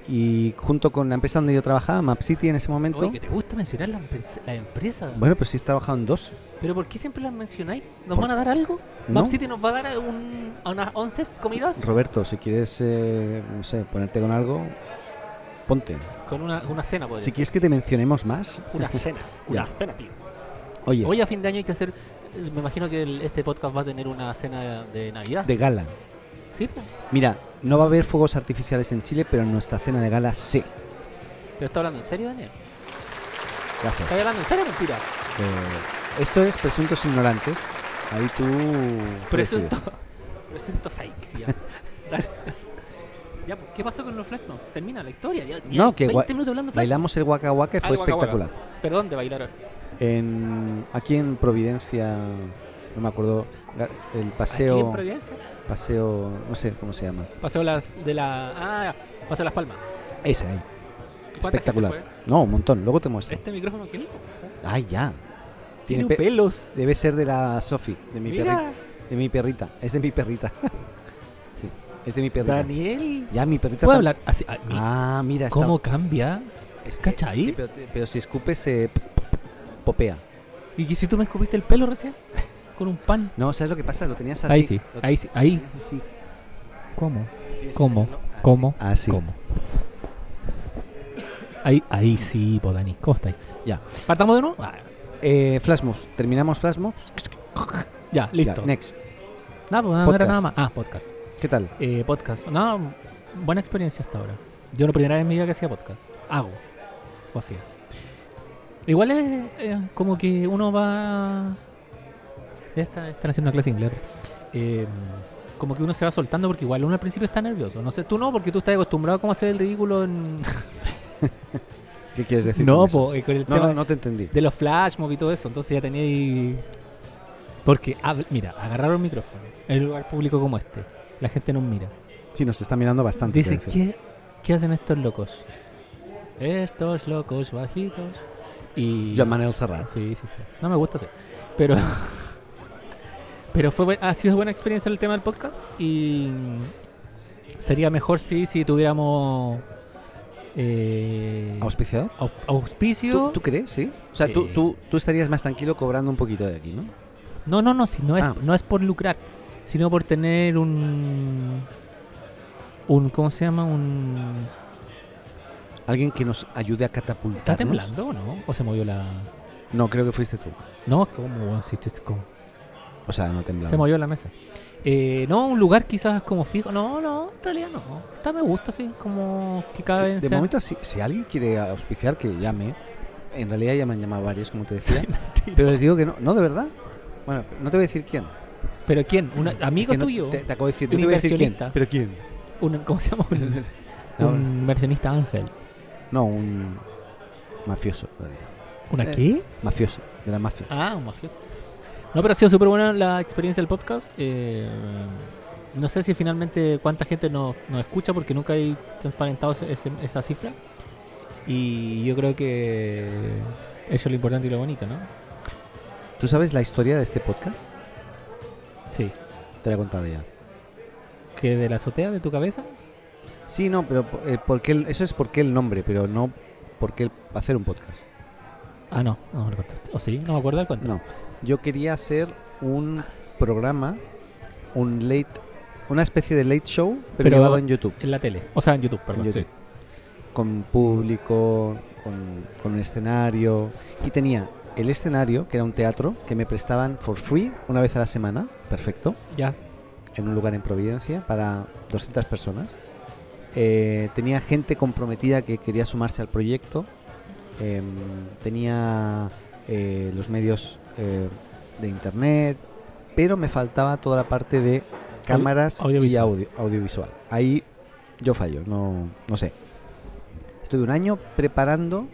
Speaker 1: Y junto con la empresa donde yo trabajaba, Map City en ese momento.
Speaker 2: Oye, que te gusta mencionar la, empresa- la empresa.
Speaker 1: Bueno, pues sí, he trabajado en dos.
Speaker 2: ¿Pero por qué siempre las mencionáis? ¿Nos
Speaker 1: Por-
Speaker 2: van a dar algo?
Speaker 1: ¿no?
Speaker 2: ¿Map City nos va a dar un, a unas 11 comidas?
Speaker 1: Roberto, si quieres, eh, no sé, ponerte con algo, ponte.
Speaker 2: Con una, una cena, podría
Speaker 1: Si
Speaker 2: ser.
Speaker 1: quieres que te mencionemos más,
Speaker 2: Una cena, una
Speaker 1: Ya.
Speaker 2: cena, tío.
Speaker 1: oye,
Speaker 2: Hoy a fin de año hay que hacer... eh, Me imagino que el- este podcast va a tener una cena de, de Navidad.
Speaker 1: de gala.
Speaker 2: Sí, pues.
Speaker 1: Mira, no va a haber fuegos artificiales en Chile, pero en nuestra cena de gala sí.
Speaker 2: ¿Pero está hablando en serio, Daniel? ¿Estás
Speaker 1: Gracias.
Speaker 2: hablando en serio o mentira?
Speaker 1: Eh, esto es Presuntos Ignorantes. Ahí tú...
Speaker 2: Presunto.
Speaker 1: decides.
Speaker 2: Presunto fake. Ya. Dale. Ya, pues, ¿qué pasó con los flash mobs? Termina la historia. Ya, ya
Speaker 1: No, que
Speaker 2: 20
Speaker 1: gua-
Speaker 2: minutos hablando de flash
Speaker 1: Bailamos el Waka Waka y
Speaker 2: Ah,
Speaker 1: fue
Speaker 2: el Waka Waka.
Speaker 1: espectacular.
Speaker 2: mobs. ¿Pero dónde bailaron?
Speaker 1: En, aquí en Providencia, no me acuerdo, ga- el
Speaker 2: ¿Aquí en
Speaker 1: paseo,
Speaker 2: Providencia?
Speaker 1: paseo, no sé cómo se llama.
Speaker 2: Paseo las, de la... Ah, Paseo Las Palmas.
Speaker 1: Ese ahí.
Speaker 2: ¿Cuánta
Speaker 1: Espectacular.
Speaker 2: gente fue?
Speaker 1: No, un montón, luego te muestro.
Speaker 2: Este micrófono, ¿qué le pasa?
Speaker 1: Ay, ya.
Speaker 2: Tiene
Speaker 1: pe-
Speaker 2: pelos.
Speaker 1: Debe ser de la Sofi, de mi perrita.
Speaker 2: Mira,
Speaker 1: De mi perrita. Es de mi perrita. sí, es de mi perrita.
Speaker 2: Daniel.
Speaker 1: Ya, mi perrita.
Speaker 2: ¿Puedo
Speaker 1: tam-
Speaker 2: hablar así? Ah, mi-
Speaker 1: Este Ah, mira. está-
Speaker 2: ¿Cómo cambia?
Speaker 1: Es que-
Speaker 2: ¿Cachai?
Speaker 1: sí, pero, te- pero si escupes, se p- p- popea.
Speaker 2: ¿Y que si tú me escupiste el pelo recién? Con un pan.
Speaker 1: No, ¿sabes lo que pasa? Lo tenías así.
Speaker 2: Ahí sí,
Speaker 1: Lo-
Speaker 2: ahí sí, ahí.
Speaker 1: Sí, sí.
Speaker 2: ¿Cómo?
Speaker 1: Tienes que
Speaker 2: ¿Cómo?
Speaker 1: tenerlo así.
Speaker 2: ¿Cómo?
Speaker 1: Así.
Speaker 2: ¿Cómo? Ahí, ahí sí, po, Dani. ¿Cómo estáis?
Speaker 1: Ya.
Speaker 2: ¿Partamos de nuevo? Ah,
Speaker 1: Eh, flashmobs. Terminamos flashmobs.
Speaker 2: ya,
Speaker 1: Ya,
Speaker 2: listo.
Speaker 1: next.
Speaker 2: no, pues, no era
Speaker 1: Podcast.
Speaker 2: nada más. Ah, podcast.
Speaker 1: ¿Qué tal?
Speaker 2: Eh, podcast. No, buena experiencia hasta ahora. Yo la primera vez en mi vida que hacía podcast. Hago. O hacía. Igual es eh, como que uno va... Ya está, están haciendo una clase de inglés. Eh, como que uno se va soltando porque igual uno al principio está nervioso. No sé, tú no, porque tú estás acostumbrado como a hacer el ridículo en...
Speaker 1: ¿Qué quieres decir?
Speaker 2: no,
Speaker 1: con eso?
Speaker 2: po, eh, con el
Speaker 1: no,
Speaker 2: tema
Speaker 1: no, no te entendí.
Speaker 2: de los flash mob y todo eso. Entonces ya tenía ahí... Porque, habl- mira, agarraron un micrófono en un lugar público como este. La gente nos mira.
Speaker 1: Sí, nos está mirando bastante.
Speaker 2: Dice,
Speaker 1: quiero decir.
Speaker 2: ¿qué, ¿qué hacen estos locos? Estos locos bajitos. Y...
Speaker 1: Joan Manuel Serrat.
Speaker 2: Sí, sí, sí. No me gusta hacer. Pero. Pero fue, buen- ha sido buena experiencia el tema del podcast. Y. Sería mejor si, si tuviéramos. eh,
Speaker 1: ¿Auspiciador?
Speaker 2: au- auspicio.
Speaker 1: ¿Tú, tú crees? Sí. O sea, tú,
Speaker 2: Sí.
Speaker 1: tú, tú estarías más tranquilo cobrando un poquito de aquí, ¿no?
Speaker 2: No, no, no. Si no, es,
Speaker 1: Ah.
Speaker 2: no es por lucrar, sino por tener un. un ¿Cómo se llama? Un.
Speaker 1: Alguien que nos ayude a
Speaker 2: ¿Está
Speaker 1: catapultar.
Speaker 2: temblando o no? ¿O se movió la.?
Speaker 1: No, creo que fuiste tú.
Speaker 2: No, ¿cómo? Si este estoy- ¿cómo?
Speaker 1: O sea, no temblando.
Speaker 2: Se movió la mesa. Eh, no, un lugar quizás como fijo. No, no, en realidad no. Está me gusta así, como que cada
Speaker 1: De
Speaker 2: vez sean-
Speaker 1: momento, si, si alguien quiere auspiciar, que llame. En realidad ya me han llamado varios, como te decía. pero les digo que no. No, de verdad. Bueno, no te voy a decir quién.
Speaker 2: Pero ¿quién? ¿Un amigo
Speaker 1: Que no-
Speaker 2: tuyo?
Speaker 1: Te, te acabo de decir.
Speaker 2: Un
Speaker 1: no te voy a decir quién.
Speaker 2: inversionista.
Speaker 1: ¿Pero quién?
Speaker 2: Un- ¿Cómo se llama? Un,
Speaker 1: No, eh,
Speaker 2: un inversionista ángel.
Speaker 1: no, un mafioso. en realidad.
Speaker 2: ¿Una
Speaker 1: Eh.
Speaker 2: qué?
Speaker 1: Mafioso, de la mafia.
Speaker 2: Ah, un mafioso. No, pero ha sido súper buena la experiencia del podcast. Eh, no sé si finalmente cuánta gente nos, nos escucha porque nunca he transparentado ese- ese- esa cifra. Y yo creo que eso es lo importante y lo bonito, ¿no?
Speaker 1: ¿Tú sabes la historia de este podcast?
Speaker 2: Sí.
Speaker 1: Te la he contado ya.
Speaker 2: ¿Que de la azotea de tu cabeza?
Speaker 1: Sí, no, pero po- eh, porque el- eso es porque el nombre, pero no porque el hacer un podcast.
Speaker 2: Ah, no, no me lo contaste. ¿O sí? No me acuerdo el cuento.
Speaker 1: No, yo quería hacer un programa, un late, una especie de late show, pero,
Speaker 2: Pero-
Speaker 1: llevado en YouTube,
Speaker 2: En la tele. O sea, en YouTube, perdón.
Speaker 1: YouTube. con público, con, con un escenario. Y tenía el escenario, que era un teatro, que me prestaban for free una vez a la semana, perfecto.
Speaker 2: sí. Ya.
Speaker 1: en un lugar en Providencia para 200 personas. Eh, tenía gente comprometida que quería sumarse al proyecto. Em, tenía eh, los medios eh, de internet, pero me faltaba toda la parte de cámaras y
Speaker 2: audiovisual.
Speaker 1: audio, audiovisual. Ahí yo fallo, no, no sé. Estuve un año preparando,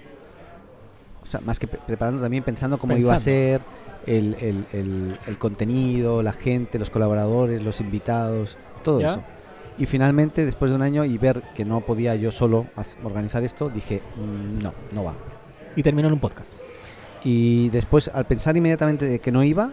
Speaker 1: o sea, más que pre- preparando, también pensando cómo iba a
Speaker 2: Pensando.
Speaker 1: ser el, el- el- el contenido, la gente, los colaboradores, los invitados, todo
Speaker 2: ¿Ya?
Speaker 1: eso. Y finalmente, después de un año y ver que no podía yo solo haz- organizar esto, dije, "Mm, no, no va.
Speaker 2: Y terminó en un podcast.
Speaker 1: Y después, al pensar inmediatamente de que no iba,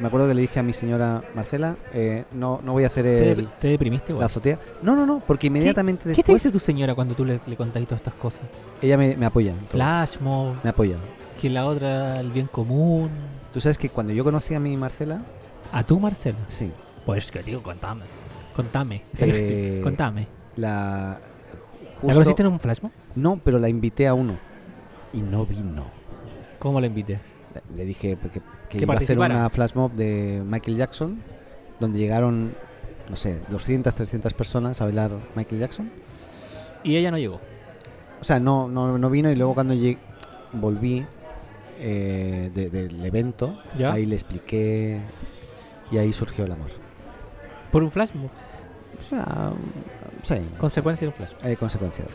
Speaker 1: me acuerdo que le dije a mi señora Marcela, eh, no, no voy a hacer
Speaker 2: ¿Te,
Speaker 1: el-
Speaker 2: te deprimiste, güey?
Speaker 1: la azotea. No, no, no, porque inmediatamente
Speaker 2: ¿Qué te
Speaker 1: después
Speaker 2: dice tu señora cuando tú le, le contáis todas estas cosas?
Speaker 1: ella me, me apoya. en todo.
Speaker 2: Flash mob,
Speaker 1: Me apoya.
Speaker 2: que la otra, el bien común.
Speaker 1: Tú sabes que cuando yo conocí a mi Marcela,
Speaker 2: ¿A tú, Marcela?
Speaker 1: sí,
Speaker 2: Pues que, tío, contame. Contame.
Speaker 1: Eh,
Speaker 2: contame.
Speaker 1: la...
Speaker 2: ¿La
Speaker 1: justo-
Speaker 2: conociste en un flash mob?
Speaker 1: No, pero la invité a uno. Y no vino.
Speaker 2: ¿Cómo la invité?
Speaker 1: Le dije que, que
Speaker 2: Que
Speaker 1: iba a hacer
Speaker 2: participara.
Speaker 1: una flash mob de Michael Jackson, donde llegaron, no sé, 200, 300 personas a bailar Michael Jackson.
Speaker 2: Y ella no llegó.
Speaker 1: O sea, no, no, no vino y luego cuando llegué, volví eh, de- del evento,
Speaker 2: ¿Ya?
Speaker 1: ahí le expliqué y ahí surgió el amor.
Speaker 2: Por un flash mob.
Speaker 1: O sea, sí,
Speaker 2: Consecuencia de un flash mob.
Speaker 1: hay consecuencias.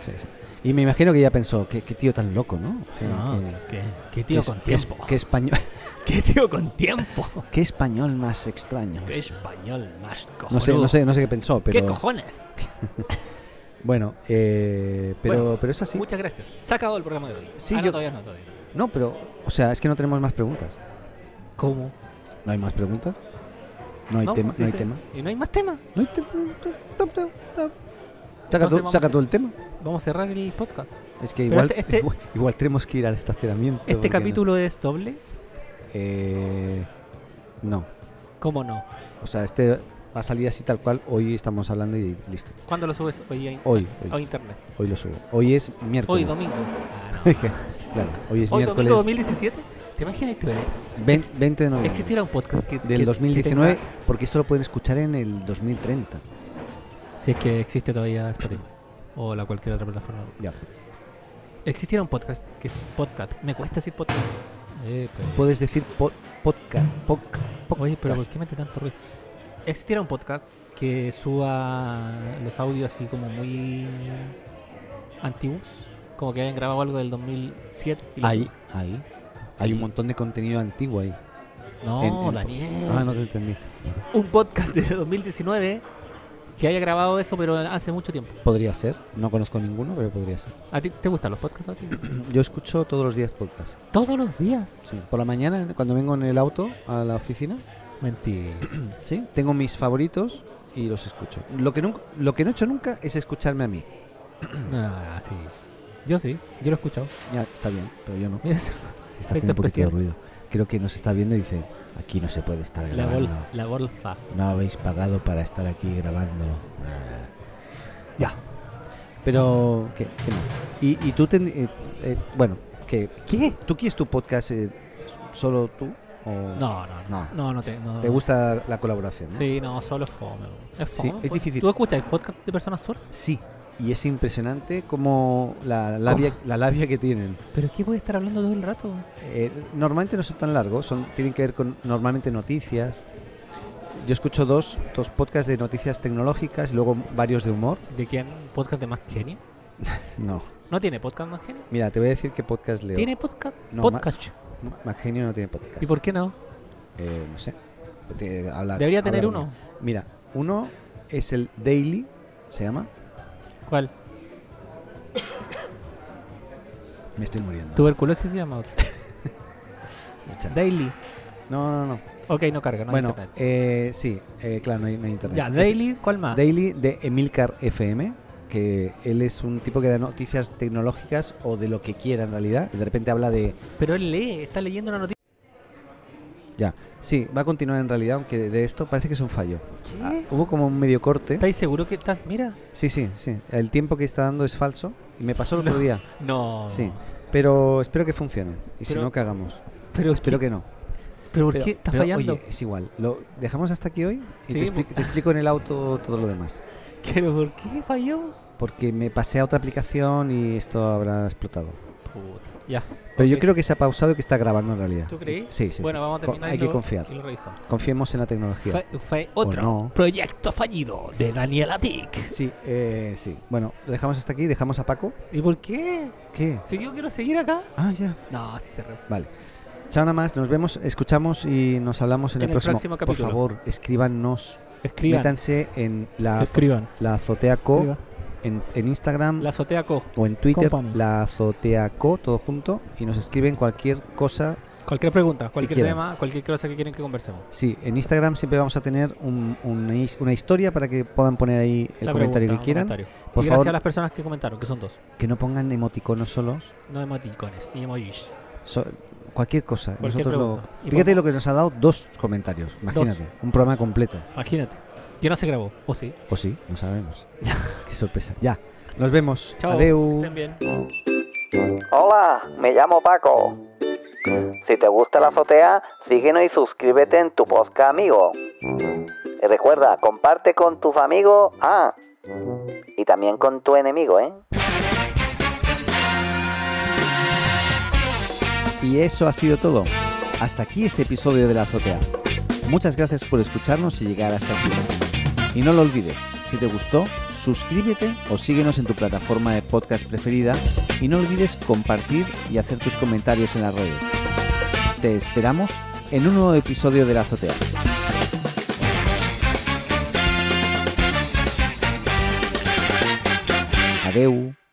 Speaker 1: Sí, sí. Y me imagino que ella pensó, qué, qué tío tan loco, ¿no? O sea,
Speaker 2: No,
Speaker 1: que-
Speaker 2: que- Eh, que
Speaker 1: que
Speaker 2: Ah, tío
Speaker 1: es-
Speaker 2: con
Speaker 1: que es-
Speaker 2: tiempo.
Speaker 1: que español,
Speaker 2: Qué tío con tiempo.
Speaker 1: qué español más extraño.
Speaker 2: Qué español más cojonudo.
Speaker 1: No sé, no sé, no sé qué pensó,
Speaker 2: ¿Qué
Speaker 1: pero
Speaker 2: cojones?
Speaker 1: bueno, eh, pero,
Speaker 2: Bueno,
Speaker 1: pero es así.
Speaker 2: Muchas gracias. Se ha acabado el programa de hoy.
Speaker 1: Sí,
Speaker 2: Ah,
Speaker 1: yo-
Speaker 2: no, todavía no, todavía no.
Speaker 1: No, pero, o sea, es que no tenemos más preguntas.
Speaker 2: ¿Cómo?
Speaker 1: ¿No hay más preguntas? No hay tema,
Speaker 2: sí,
Speaker 1: no hay
Speaker 2: sí.
Speaker 1: tema.
Speaker 2: Y no hay más tema.
Speaker 1: No hay tema. no, no, no. Saca,
Speaker 2: Entonces
Speaker 1: tú,
Speaker 2: vamos
Speaker 1: saca
Speaker 2: a-
Speaker 1: tú el tema.
Speaker 2: Vamos a cerrar el podcast.
Speaker 1: Es que
Speaker 2: Pero
Speaker 1: igual,
Speaker 2: este- este-
Speaker 1: igual, igual tenemos que ir al estacionamiento. porque
Speaker 2: ¿Este
Speaker 1: no-
Speaker 2: capítulo es doble?
Speaker 1: eh, no,
Speaker 2: ¿Cómo no?
Speaker 1: o sea, este va a salir así tal cual. Hoy estamos hablando y listo.
Speaker 2: ¿Cuándo lo subes hoy a, in-
Speaker 1: Hoy,
Speaker 2: a
Speaker 1: hoy,
Speaker 2: internet?
Speaker 1: hoy lo subo. Hoy es
Speaker 2: Hoy,
Speaker 1: miércoles.
Speaker 2: domingo. Ah, no.
Speaker 1: claro, hoy es
Speaker 2: Hoy,
Speaker 1: miércoles
Speaker 2: domingo 2017. ¿Te imaginas que eh,
Speaker 1: vein- 20 de noviembre.
Speaker 2: existiera un podcast que, que-
Speaker 1: del
Speaker 2: que
Speaker 1: 2019,
Speaker 2: tenga-
Speaker 1: porque esto lo pueden escuchar en el 2030.
Speaker 2: si es que existe todavía Spotify o la cualquier otra plataforma.
Speaker 1: Ya.
Speaker 2: Existiera un podcast que es podcast. Me cuesta decir podcast. Eh, pero-
Speaker 1: pues, Puedes decir po- podca- poc- podcast.
Speaker 2: Oye, pero ¿por qué mete tanto ruido? existiera un podcast que suba los audios así como muy antiguos, como que hayan grabado algo del 2007. y lo
Speaker 1: Ahí, ahí. Hay un montón de contenido antiguo ahí.
Speaker 2: suban. No,
Speaker 1: en- en-
Speaker 2: Daniel.
Speaker 1: Ah, no te entendí.
Speaker 2: Un podcast de 2019 que haya grabado eso, pero hace mucho tiempo.
Speaker 1: Podría ser. No conozco ninguno, pero podría ser.
Speaker 2: ¿A ti te gustan los podcasts? a ti?
Speaker 1: Yo escucho todos los días podcast.
Speaker 2: Todos los días.
Speaker 1: Sí. Por la mañana, cuando vengo en el auto a la oficina,
Speaker 2: Mentira.
Speaker 1: sí, tengo mis favoritos y los escucho. Lo que, nunca, lo que no he hecho nunca es escucharme a mí.
Speaker 2: Ah, sí. Yo sí, yo lo he escuchado.
Speaker 1: Ya, está bien, pero yo no.
Speaker 2: Mira,
Speaker 1: Se está haciendo un poquito de ruido. Creo que nos está viendo y dice, aquí no se puede estar
Speaker 2: pues La,
Speaker 1: grabando.
Speaker 2: gol, la golfa.
Speaker 1: No habéis pagado para estar aquí grabando. Ah.
Speaker 2: Ya.
Speaker 1: Pero, ¿qué, qué más? Y, y tú, ten- eh, eh, bueno, que ¿qué? ¿Tú quieres tu podcast eh, solo tú? O
Speaker 2: No, no, no.
Speaker 1: No.
Speaker 2: No, no te. No,
Speaker 1: ¿Te gusta la colaboración? no?
Speaker 2: Sí, no, solo es fome. weón. Es
Speaker 1: Sí,
Speaker 2: fome.
Speaker 1: es
Speaker 2: pues.
Speaker 1: difícil.
Speaker 2: ¿Tú escuchas podcast de personas solas?
Speaker 1: Sí, y es impresionante como la labia, la labia que tienen.
Speaker 2: ¿Pero qué voy a estar hablando todo el rato?
Speaker 1: Eh, normalmente no son tan largos, son, tienen que ver con normalmente noticias. Yo escucho dos, dos podcasts de noticias tecnológicas y luego varios de humor.
Speaker 2: ¿De quién? ¿Podcast de más genio?
Speaker 1: No.
Speaker 2: ¿No tiene podcast más genio?
Speaker 1: Mira, te voy a decir qué podcast leo.
Speaker 2: ¿Tiene podcast?
Speaker 1: No,
Speaker 2: podcast.
Speaker 1: Ma- Macgenio no tiene podcast.
Speaker 2: ¿Y por qué no?
Speaker 1: Eh, no sé. Te- habla-
Speaker 2: Debería
Speaker 1: habla
Speaker 2: tener
Speaker 1: de
Speaker 2: uno.
Speaker 1: mí. Mira, uno es el Daily, se llama.
Speaker 2: ¿Cuál?
Speaker 1: Me estoy muriendo.
Speaker 2: Tuberculosis se llama otro.
Speaker 1: Mucha-
Speaker 2: Daily.
Speaker 1: No, no, no.
Speaker 2: Ok, no carga, no hay
Speaker 1: bueno,
Speaker 2: internet.
Speaker 1: eh, sí, eh, claro, no hay, no hay internet.
Speaker 2: Ya,
Speaker 1: Este-
Speaker 2: Daily, ¿cuál más?
Speaker 1: Daily de Emilcar FM, que él es un tipo que da noticias tecnológicas o de lo que quiera en realidad. De repente habla de...
Speaker 2: Pero él lee, está leyendo una noticia.
Speaker 1: Ya, sí, va a continuar en realidad, aunque de, de esto parece que es un fallo.
Speaker 2: ¿Qué?
Speaker 1: Ah, hubo como un medio corte.
Speaker 2: ¿Estáis seguro que estás.? Mira.
Speaker 1: Sí, sí, sí. El tiempo que está dando es falso y me pasó el otro día.
Speaker 2: No. Oh.
Speaker 1: Sí, pero espero que funcione. Y si
Speaker 2: Pero-
Speaker 1: no, cagamos.
Speaker 2: Pero,
Speaker 1: Espero que no.
Speaker 2: ¿Pero por
Speaker 1: Pero-
Speaker 2: qué está
Speaker 1: pero,
Speaker 2: fallando?
Speaker 1: Oye, es igual. Lo dejamos hasta aquí hoy y
Speaker 2: Sí,
Speaker 1: te, expli- te explico en el auto todo lo demás.
Speaker 2: ¿Pero por qué falló?
Speaker 1: Porque me pasé a otra aplicación y esto habrá explotado.
Speaker 2: Puta. Ya.
Speaker 1: Pero yo creo que se ha pausado y que está grabando en realidad.
Speaker 2: ¿Tú creí?
Speaker 1: Sí, sí.
Speaker 2: Bueno,
Speaker 1: sí.
Speaker 2: vamos a
Speaker 1: Co-
Speaker 2: terminar.
Speaker 1: Hay
Speaker 2: y
Speaker 1: que
Speaker 2: lo-
Speaker 1: confiar.
Speaker 2: y lo revisamos.
Speaker 1: Confiemos en la tecnología.
Speaker 2: Fue, fue otro
Speaker 1: no.
Speaker 2: proyecto fallido de Daniela Tick.
Speaker 1: Sí, eh, sí. Bueno, lo dejamos hasta aquí, dejamos a Paco.
Speaker 2: ¿Y por qué?
Speaker 1: ¿Qué?
Speaker 2: Si yo quiero seguir acá.
Speaker 1: Ah, ya.
Speaker 2: No, sí se re...
Speaker 1: Vale. Chao nada más, nos vemos, escuchamos y nos hablamos en,
Speaker 2: En el próximo
Speaker 1: Por
Speaker 2: capítulo.
Speaker 1: favor, escríbanos.
Speaker 2: Escriban.
Speaker 1: Métanse en la,
Speaker 2: Escriban.
Speaker 1: la Azotea Co, en, en Instagram
Speaker 2: La azotea co.
Speaker 1: o en Twitter,
Speaker 2: Company.
Speaker 1: la Azotea Co, todo junto, y nos escriben cualquier cosa.
Speaker 2: Cualquier pregunta, cualquier
Speaker 1: quieran.
Speaker 2: tema, cualquier cosa que quieren que conversemos.
Speaker 1: Sí, en Instagram siempre vamos a tener un- una, his- una historia para que puedan poner ahí el
Speaker 2: La
Speaker 1: comentario
Speaker 2: pregunta,
Speaker 1: que quieran.
Speaker 2: comentario.
Speaker 1: Por
Speaker 2: y gracias
Speaker 1: favor.
Speaker 2: a las personas que comentaron, que son dos.
Speaker 1: Que no pongan emoticonos solos,
Speaker 2: No emoticones, ni emojis.
Speaker 1: so- cualquier cosa.
Speaker 2: Cualquier
Speaker 1: Nosotros lo-
Speaker 2: pregunta. Y
Speaker 1: Fíjate
Speaker 2: pongo-
Speaker 1: lo que nos ha dado dos comentarios, imagínate, un programa completo.
Speaker 2: Imagínate. Que no se grabó, o sí.
Speaker 1: O sí, no sabemos. Qué sorpresa. Ya, nos vemos.
Speaker 2: Chao.
Speaker 1: Adeu.
Speaker 2: Estén bien.
Speaker 3: Hola, me llamo Paco. Si te gusta la azotea, síguenos y suscríbete en tu podcast amigo. Y recuerda, comparte con tus amigos, ah, y también con tu enemigo, ¿eh?
Speaker 1: Y eso ha sido todo. Hasta aquí este episodio de La Azotea. Muchas gracias por escucharnos y llegar hasta aquí. Y no lo olvides, si te gustó, suscríbete o síguenos en tu plataforma de podcast preferida y no olvides compartir y hacer tus comentarios en las redes. Te esperamos en un nuevo episodio de La Azotea. Adeu.